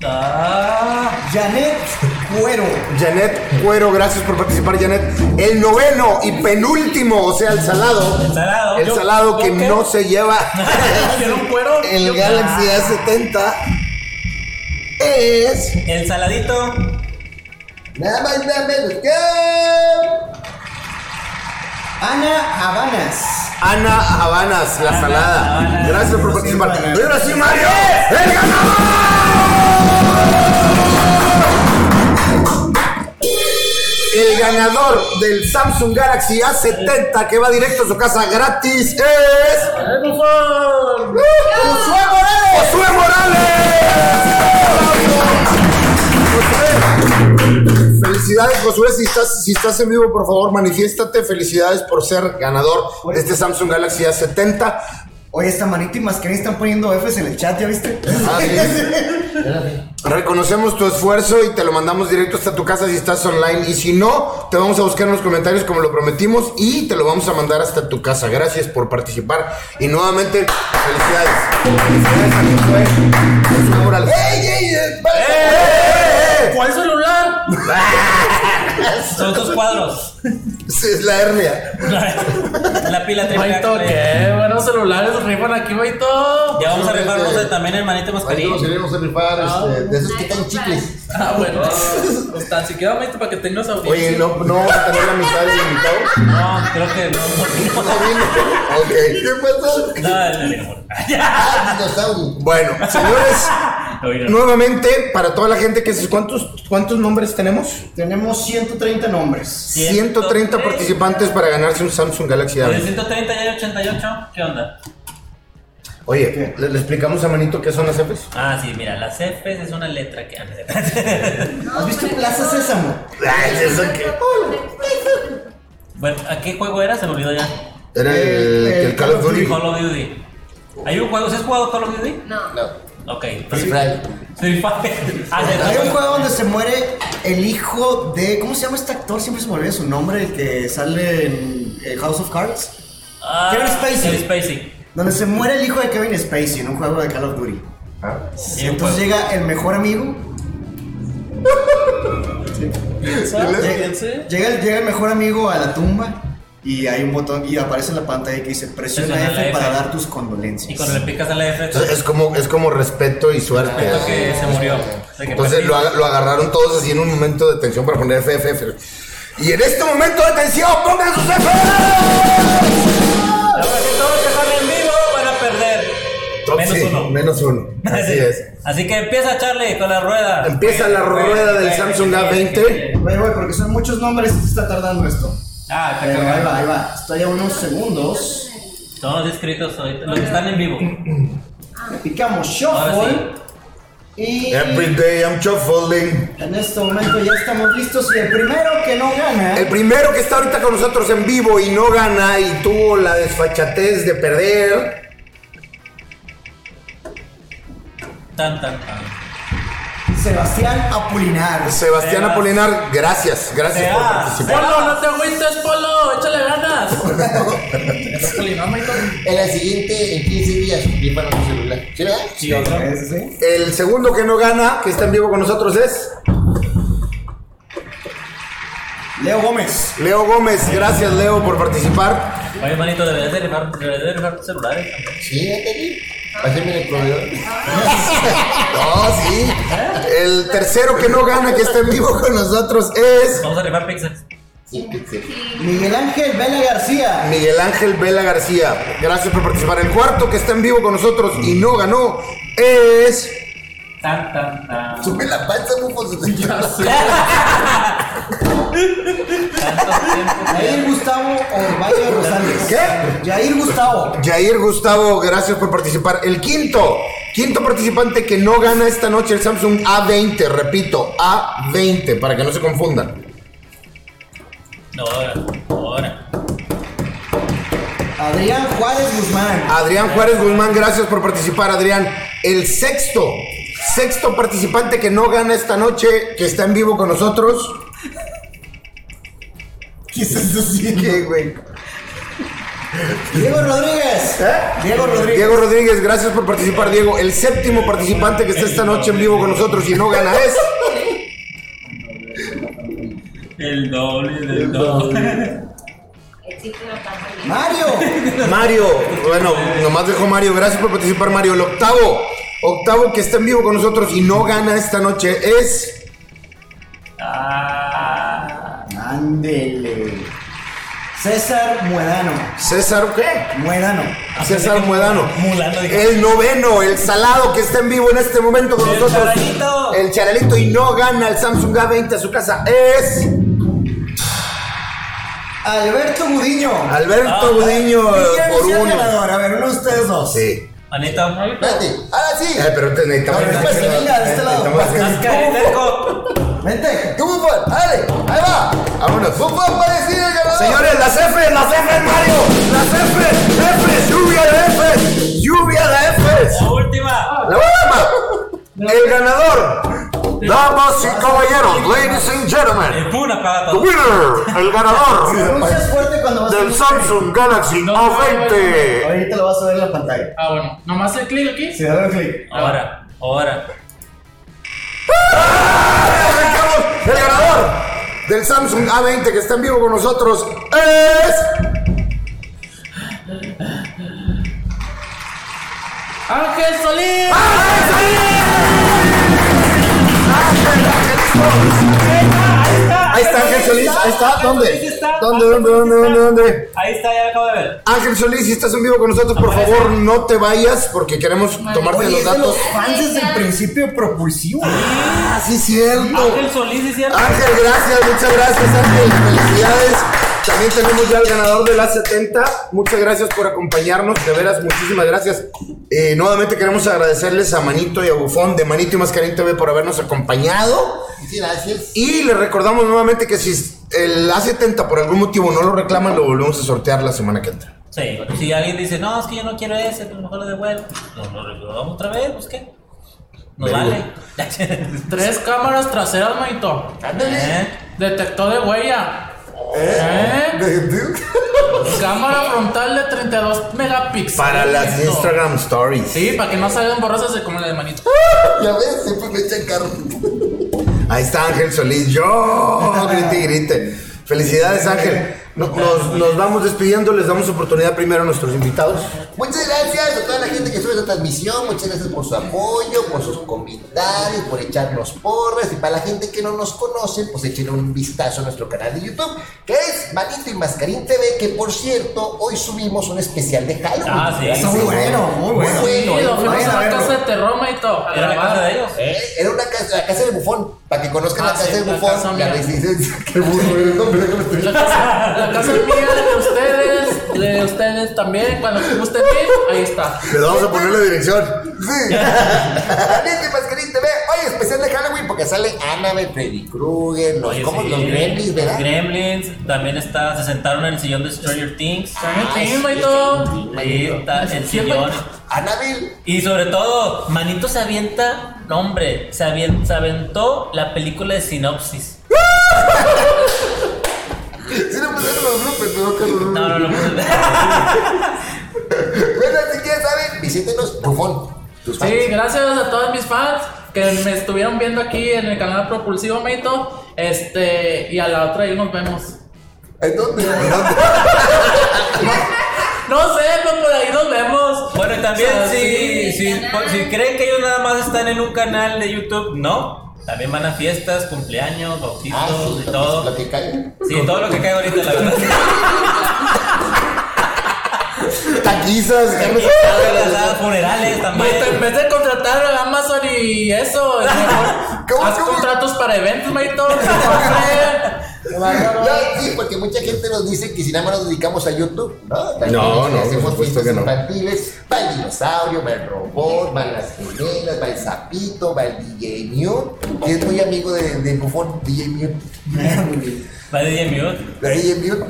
Speaker 7: Ah,
Speaker 5: Janet Cuero.
Speaker 2: Janet Cuero, gracias por participar, Janet. El noveno y penúltimo, o sea, el salado. El
Speaker 7: salado.
Speaker 2: El
Speaker 7: Yo-
Speaker 2: salado
Speaker 7: yo
Speaker 2: que
Speaker 7: quiero-
Speaker 2: no se lleva.
Speaker 7: ¿Quiero un cuero?
Speaker 2: El Galaxy A70 es.
Speaker 7: El saladito.
Speaker 3: Nada más, nada menos que.
Speaker 5: Ana Habanas.
Speaker 2: Ana Habanas, la salada.
Speaker 7: Habanas.
Speaker 2: Gracias por participar.
Speaker 5: Sí,
Speaker 2: Y ahora sí, Mario, el ganador. El ganador del Samsung Galaxy A70 que va directo a su casa gratis es. ¡Josué Morales! ¡Josué Morales! ¡Josué! Felicidades, Josué. Si estás, si estás en vivo, por favor, manifiéstate. Felicidades por ser ganador de este Samsung Galaxy A70.
Speaker 5: Oye, esta manita y mascarilla están poniendo Fs en el chat, ¿ya viste?
Speaker 2: Ah, Reconocemos tu esfuerzo y te lo mandamos directo hasta tu casa si estás online. Y si no, te vamos a buscar en los comentarios como lo prometimos y te lo vamos a mandar hasta tu casa. Gracias por participar. Y nuevamente, felicidades. Felicidades a quien fue. Por su moral. ¡Ey, ey, ey! ¡Vale! ¡Eh, eh, eh!
Speaker 4: ¿Cuál celular?
Speaker 7: Son tus cuadros.
Speaker 2: Sí, es la hernia.
Speaker 7: La pila triple.
Speaker 4: Baito,
Speaker 7: A.
Speaker 4: qué buenos celulares rifan aquí, Baito.
Speaker 7: Ya vamos a rifarnos de también pues, el manito
Speaker 3: Ahí nos
Speaker 7: mascarilla.
Speaker 3: iremos a rifar este, de esos que están chicles.
Speaker 4: Ah, bueno. Pues tan siquiera, Baito, para que tengas audiencia.
Speaker 2: Oye, no, no vamos a tener la mitad del invitado.
Speaker 7: No, creo que no.
Speaker 2: No vino. Ok.
Speaker 3: ¿Qué pasó?
Speaker 7: No, no, no, no.
Speaker 3: Ah, dinosaurio.
Speaker 2: Bueno, señores,
Speaker 7: Oiga.
Speaker 2: nuevamente, para toda la gente que se. ¿Cuántos, cuántos nombres tenemos?
Speaker 5: Tenemos 130 nombres.
Speaker 2: 130 participantes para ganarse un Samsung Galaxy
Speaker 7: De
Speaker 2: A20.
Speaker 7: 130 ya hay 88. ¿Qué onda?
Speaker 2: Oye, ¿le, le explicamos a Manito qué son las Fs?
Speaker 7: Ah, sí, mira, las Fs es una letra que. ah,
Speaker 5: ¿Has visto Plaza Sésamo?
Speaker 7: Bueno, ¿a qué juego era? Se me olvidó ya.
Speaker 2: Era el,
Speaker 5: El-
Speaker 2: que Eh, el Call of Duty.
Speaker 7: Call of Duty. ¿Hay un juego? ¿Se has jugado Call of Duty?
Speaker 9: No.
Speaker 7: Ok.
Speaker 3: Free Fry.
Speaker 7: Free Fire. Ah, sí,
Speaker 5: Hay un juego donde se muere el hijo de. ¿Cómo se llama este actor? Siempre se me olvida su nombre, el que sale en eh, House of Cards.
Speaker 7: Ah,
Speaker 5: Kevin Spacey.
Speaker 7: Kevin Spacey.
Speaker 5: Donde se muere el hijo de Kevin Spacey en un juego de Call of Duty.
Speaker 7: Sí, pues. un
Speaker 5: Entonces
Speaker 7: juego.
Speaker 5: llega el mejor amigo. Llega,
Speaker 4: Fíjense.
Speaker 5: llega el, llega el mejor amigo a la tumba y hay un botón y aparece en la pantalla que dice presiona
Speaker 7: Presiona la
Speaker 5: F para
Speaker 7: F".
Speaker 5: dar tus
Speaker 7: Y
Speaker 5: condolencias.
Speaker 7: cuando le picas a la F,
Speaker 2: Entonces,
Speaker 7: es
Speaker 2: es como, es como respeto y suerte.
Speaker 7: que se murió. De que
Speaker 2: Entonces
Speaker 7: perdió.
Speaker 2: lo, aga- lo agarraron todos así en un momento de tensión para poner FFF. Y en este momento de tensión, pongan sus Fs.
Speaker 7: Ahora sí, todos los que están en vivo van a perder. Menos
Speaker 2: Sí,
Speaker 7: uno.
Speaker 2: Menos uno. Así es.
Speaker 7: Así que empieza Charlie con la rueda.
Speaker 2: Empieza la rueda del Samsung A20.
Speaker 5: Voy, voy, porque son muchos nombres y se está tardando esto.
Speaker 7: Ah, está
Speaker 5: Pero ahí
Speaker 7: cargando.
Speaker 5: va, ahí va. Estoy a unos segundos.
Speaker 7: Todos los inscritos ahorita, los que están en vivo.
Speaker 5: Picamos
Speaker 7: Ahora
Speaker 5: shuffle. Y
Speaker 2: Every day I'm shuffling.
Speaker 5: en este momento ya estamos listos. Y el primero que no gana.
Speaker 2: El primero que está ahorita con nosotros en vivo y no gana y tuvo la desfachatez de perder.
Speaker 7: Tan, tan, tan.
Speaker 5: Sebastián Apolinar.
Speaker 2: Sebastián
Speaker 7: Sebas.
Speaker 2: Apolinar, gracias, gracias por
Speaker 7: Sebas.
Speaker 2: participar.
Speaker 4: Polo, no te agüites, Polo. Échale ganas. Es Apolinar, Baito.
Speaker 3: En la siguiente, en 15 días, rifaron tu celular. ¿Sí, verdad?
Speaker 7: Sí, otro.
Speaker 5: Ese sí.
Speaker 2: El segundo que no gana, que está en vivo con nosotros, es
Speaker 5: Leo Gómez.
Speaker 2: Leo Gómez. Gracias, Leo, por participar.
Speaker 7: Oye, manito, deberías de rifar, deberías de rifar tus celulares. también.
Speaker 3: Sí, ya te vi. Pásenme el proveedor.
Speaker 2: No, sí. El tercero que no gana, que está en vivo con nosotros, es
Speaker 7: Vamos a rifar pixels.
Speaker 3: Sí, que sí.
Speaker 5: Miguel Ángel Vela García.
Speaker 2: Miguel Ángel Vela García. Gracias por participar. El cuarto que está en vivo con nosotros y no ganó es.
Speaker 7: Tan, tan, tan.
Speaker 3: Sube la panza, bufo. se te-
Speaker 7: Tanto tiempo.
Speaker 5: Jair Gustavo Orbaño Rosales.
Speaker 2: ¿Qué?
Speaker 5: Jair Gustavo.
Speaker 2: Jair Gustavo, gracias por participar. El quinto, quinto participante que no gana esta noche el Samsung A20, repito, A20, para que no se confundan.
Speaker 7: No, ahora, ahora.
Speaker 5: A Adrián Juárez Guzmán.
Speaker 2: Adrián Juárez Guzmán, gracias por participar, Adrián. El sexto, sexto participante que no gana esta noche, que está en vivo con nosotros.
Speaker 5: ¿Qué estás haciendo?
Speaker 2: Ah, ¿Qué, güey?
Speaker 5: Diego Rodríguez.
Speaker 2: ¿Eh?
Speaker 5: Diego Rodríguez.
Speaker 2: Diego Rodríguez, gracias por participar, Diego. El séptimo participante que está esta noche en vivo con nosotros y no gana es.
Speaker 7: El doble del doble.
Speaker 9: Existe la pasta.
Speaker 5: Mario.
Speaker 2: Mario, bueno, nomás dejó Mario, gracias por participar Mario. El octavo, octavo que está en vivo con nosotros y no gana esta noche es...
Speaker 7: Ah,
Speaker 5: Ándele. César Muedano.
Speaker 2: César, ¿qué?
Speaker 5: Muedano.
Speaker 2: César Muedano. Eh.
Speaker 7: Mulano, dije.
Speaker 2: El noveno, el salado que está en vivo en este momento con
Speaker 7: El
Speaker 2: nosotros.
Speaker 7: Charalito.
Speaker 2: El charalito y no gana el Samsung A20 a su casa es...
Speaker 5: Alberto Gudiño. Ah,
Speaker 2: Alberto Gudiño
Speaker 5: Ya
Speaker 2: Ah, por
Speaker 5: decía el
Speaker 2: uno.
Speaker 5: ganador. A ver, uno de ustedes dos.
Speaker 2: Sí.
Speaker 7: Anita.
Speaker 3: Espérate, ahora sí.
Speaker 2: Eh, pero te necesitamos...
Speaker 5: No, no, no, no, no, de este lado.
Speaker 2: necesitamos-
Speaker 7: Máscara de terco.
Speaker 5: Vente.
Speaker 3: Tú, fútbol, dale, ahí va.
Speaker 2: Vámonos.
Speaker 3: Fútbol para decir el ganador.
Speaker 2: Señores, las Fs, las Fs, Mario. Las Fs, Fs, lluvia de Fs, lluvia de Fs.
Speaker 7: La última.
Speaker 2: La última. El ganador. Damas y caballeros, ladies and gentlemen.
Speaker 7: El pun apaga
Speaker 2: The
Speaker 7: todo.
Speaker 2: winner, el ganador
Speaker 5: Pronuncias fuerte cuando vas a
Speaker 2: pues, del Samsung Galaxy A20.
Speaker 5: Ahorita lo vas a ver en la pantalla.
Speaker 4: Ah, bueno. Nomás el clic aquí.
Speaker 5: Si le doy clic.
Speaker 7: Ahora, ahora.
Speaker 2: Arrancamos. El ganador del Samsung A20 que está en vivo con nosotros es.
Speaker 4: Ángel Solís.
Speaker 2: Ahí está Ángel Solís, ahí está. ¿Dónde? ¿Dónde, dónde, dónde, dónde, dónde?
Speaker 7: Ahí está, ya lo acabo de ver.
Speaker 2: Ángel Solís, si estás en vivo con nosotros, por favor, no te vayas porque queremos tomarte
Speaker 5: Oye,
Speaker 2: los
Speaker 5: es de
Speaker 2: datos.
Speaker 5: los fans desde el principio propulsivo.
Speaker 2: Ah, sí, cierto.
Speaker 7: Ángel Solís, ¿es cierto?
Speaker 2: Ángel, gracias, muchas gracias, Ángel. Felicidades. También tenemos ya al ganador de la 70. Muchas gracias por acompañarnos, de veras, muchísimas gracias. Eh, nuevamente queremos agradecerles a Manito y a Bufón de Manito y Mascarín TV por habernos acompañado.
Speaker 3: Sí, gracias.
Speaker 2: Y les recordamos nuevamente que si el A70 por algún motivo no lo reclaman, lo volvemos a sortear la semana que entra.
Speaker 7: Sí, si alguien dice, no, es que yo no quiero ese, pues mejor lo devuelvo. Nos lo recordamos otra vez, pues qué. No
Speaker 2: Verbo.
Speaker 7: vale.
Speaker 4: Tres cámaras traseras, manito.
Speaker 7: ¿Eh?
Speaker 4: Detector de huella. ¿Eh? Cámara frontal de 32 megapíxeles.
Speaker 2: Para las
Speaker 4: Manito.
Speaker 2: Instagram Stories.
Speaker 4: Sí, para que no salgan borrosas como la de manito.
Speaker 3: Ya ves, siempre me echan carro.
Speaker 2: Ahí está Ángel Solís. Yo grite y grite. Felicidades, Ángel. No- Nos, nos vamos despidiendo, les damos oportunidad primero a nuestros invitados.
Speaker 3: Muchas gracias a toda la gente que sube esta transmisión. Muchas gracias por su apoyo, por sus comentarios, por echarnos porras. Y para la gente que no nos conoce, pues echen un vistazo a nuestro canal de YouTube, que es Manito y Mascarín TV, que por cierto, hoy subimos un especial de Halloween.
Speaker 7: Ah, sí.
Speaker 5: Está muy bueno, muy bueno.
Speaker 3: Muy
Speaker 4: Sí,
Speaker 3: bueno,
Speaker 4: lo fuimos
Speaker 5: vayan
Speaker 4: a
Speaker 5: a
Speaker 4: la
Speaker 5: verlo.
Speaker 4: casa de terror, manito. A
Speaker 7: Era la
Speaker 4: grabar.
Speaker 7: casa de ellos.
Speaker 3: ¿Eh? Era una casa, la casa del bufón, para que conozcan
Speaker 4: Ah,
Speaker 3: la casa
Speaker 4: sí,
Speaker 3: del
Speaker 4: la
Speaker 3: bufón,
Speaker 4: casa
Speaker 3: la
Speaker 4: mía.
Speaker 3: residencia. Qué burro eres, no, pero déjame terminar.
Speaker 4: La casa, la casa mía, de ustedes, de ustedes también, cuando gusten bien, ahí está.
Speaker 2: Les vamos a poner la dirección.
Speaker 3: Sí. Manito y Mascarín TV, hoy especial de Halloween, porque sale Annabelle, Freddy Krueger, los,
Speaker 7: Oye,
Speaker 3: ¿cómo?
Speaker 7: sí.
Speaker 3: los Gremlins, ¿verdad?
Speaker 7: Los Gremlins, también está, se sentaron en el sillón de Stranger Things.
Speaker 4: También
Speaker 3: Ay,
Speaker 4: sí, manito.
Speaker 3: sí,
Speaker 7: Ahí está el
Speaker 4: Sí,
Speaker 7: sillón.
Speaker 3: Annabelle.
Speaker 7: Y sobre todo, Manito se avienta, no hombre, se, avien- se aventó la película de Sinopsis.
Speaker 3: Si no pusieron los bloopers, pero que los-
Speaker 7: No, no, no. no.
Speaker 3: Bueno, si quieres saber, visítenos, Bufón. Tus fans.
Speaker 4: Sí, gracias a todos mis fans que me estuvieron viendo aquí en el canal Propulsivo, manito. Este, y a la otra ahí nos vemos.
Speaker 3: ¿En dónde? Ah,
Speaker 4: No sé, pero por ahí nos vemos.
Speaker 7: Bueno, y también,
Speaker 4: O sea,
Speaker 9: sí,
Speaker 7: si, si,
Speaker 9: canal.
Speaker 7: si creen que ellos nada más están en un canal de YouTube, no. También van a fiestas, cumpleaños, bautizos
Speaker 3: Ah, sí,
Speaker 7: y todo.
Speaker 3: Lo que cae.
Speaker 7: Sí, todo lo que cae ahorita, la verdad.
Speaker 2: Taquizas,
Speaker 3: Ah,
Speaker 7: Las funerales también.
Speaker 4: Manito, Pues, en vez de contratar a Amazon y eso, es mejor
Speaker 3: ¿Cómo,
Speaker 4: haz
Speaker 3: cómo?
Speaker 4: contratos para eventos, manito. que se compre.
Speaker 3: No, sí, porque mucha gente nos dice que si nada más nos dedicamos a YouTube, ¿no? También
Speaker 2: No, no, por
Speaker 3: Hacemos
Speaker 2: supuesto
Speaker 3: fiestas
Speaker 2: que no.
Speaker 3: infantiles. Va el dinosaurio, va el robot, van las gemelas, va el sapito, va el DJ New, que es muy amigo de, de Bufón, DJ New.
Speaker 7: Va de 10 minutos.
Speaker 3: La DJ New.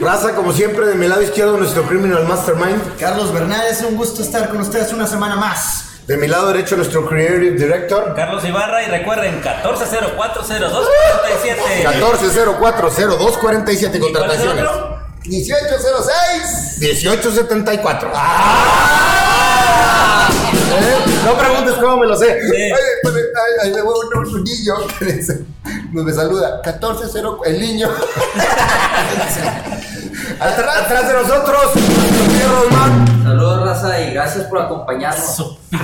Speaker 2: Raza, como siempre, de mi lado izquierdo, nuestro criminal mastermind.
Speaker 5: Carlos Bernal, es un gusto estar con ustedes una semana más.
Speaker 2: De mi lado derecho, nuestro creative director.
Speaker 7: Carlos Ibarra y recuerden 140402
Speaker 2: 14040247 contrataciones.
Speaker 3: 1806.
Speaker 2: 1874. ¡Ah! ¿Eh? No preguntes cómo me lo sé.
Speaker 3: Ay, pues, ay, ay, le voy a poner un niño. Nos me saluda. 14-0. El niño.
Speaker 2: Atrás, atrás de nosotros, nuestro señor Rodman.
Speaker 8: Saludos, raza, y gracias por acompañarnos.
Speaker 3: Me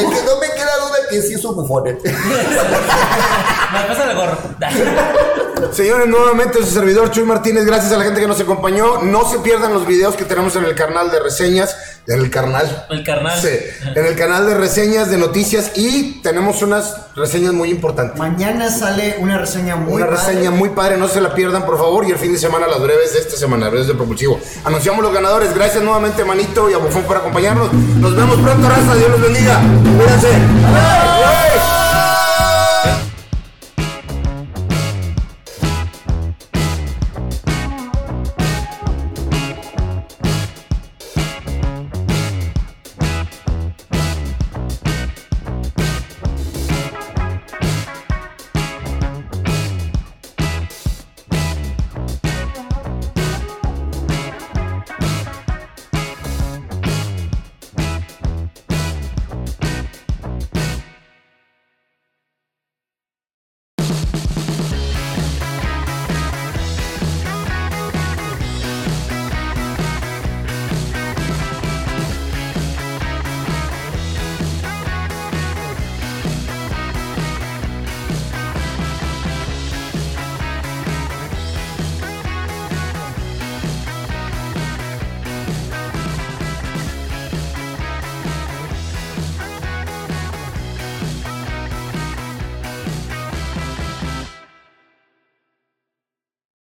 Speaker 3: quedó, me queda duda que sí es un bufón. eh.
Speaker 7: Me pasa el gorro.
Speaker 2: Señores, nuevamente su servidor Chuy Martínez, gracias a la gente que nos acompañó. No se pierdan los videos que tenemos en el canal de reseñas, en el canal.
Speaker 7: El carnal.
Speaker 2: Sí, en el canal de reseñas, de noticias y tenemos unas reseñas muy importantes.
Speaker 5: Mañana sale una reseña muy
Speaker 2: Una
Speaker 5: padre.
Speaker 2: reseña muy padre, no se la pierdan por favor. Y el fin de semana, las breves de esta semana, breves de propulsivo. Anunciamos los ganadores, gracias nuevamente Manito y a Bufón por acompañarnos. Nos vemos pronto, raza, Dios los bendiga. Cuídense. ¡Adiós!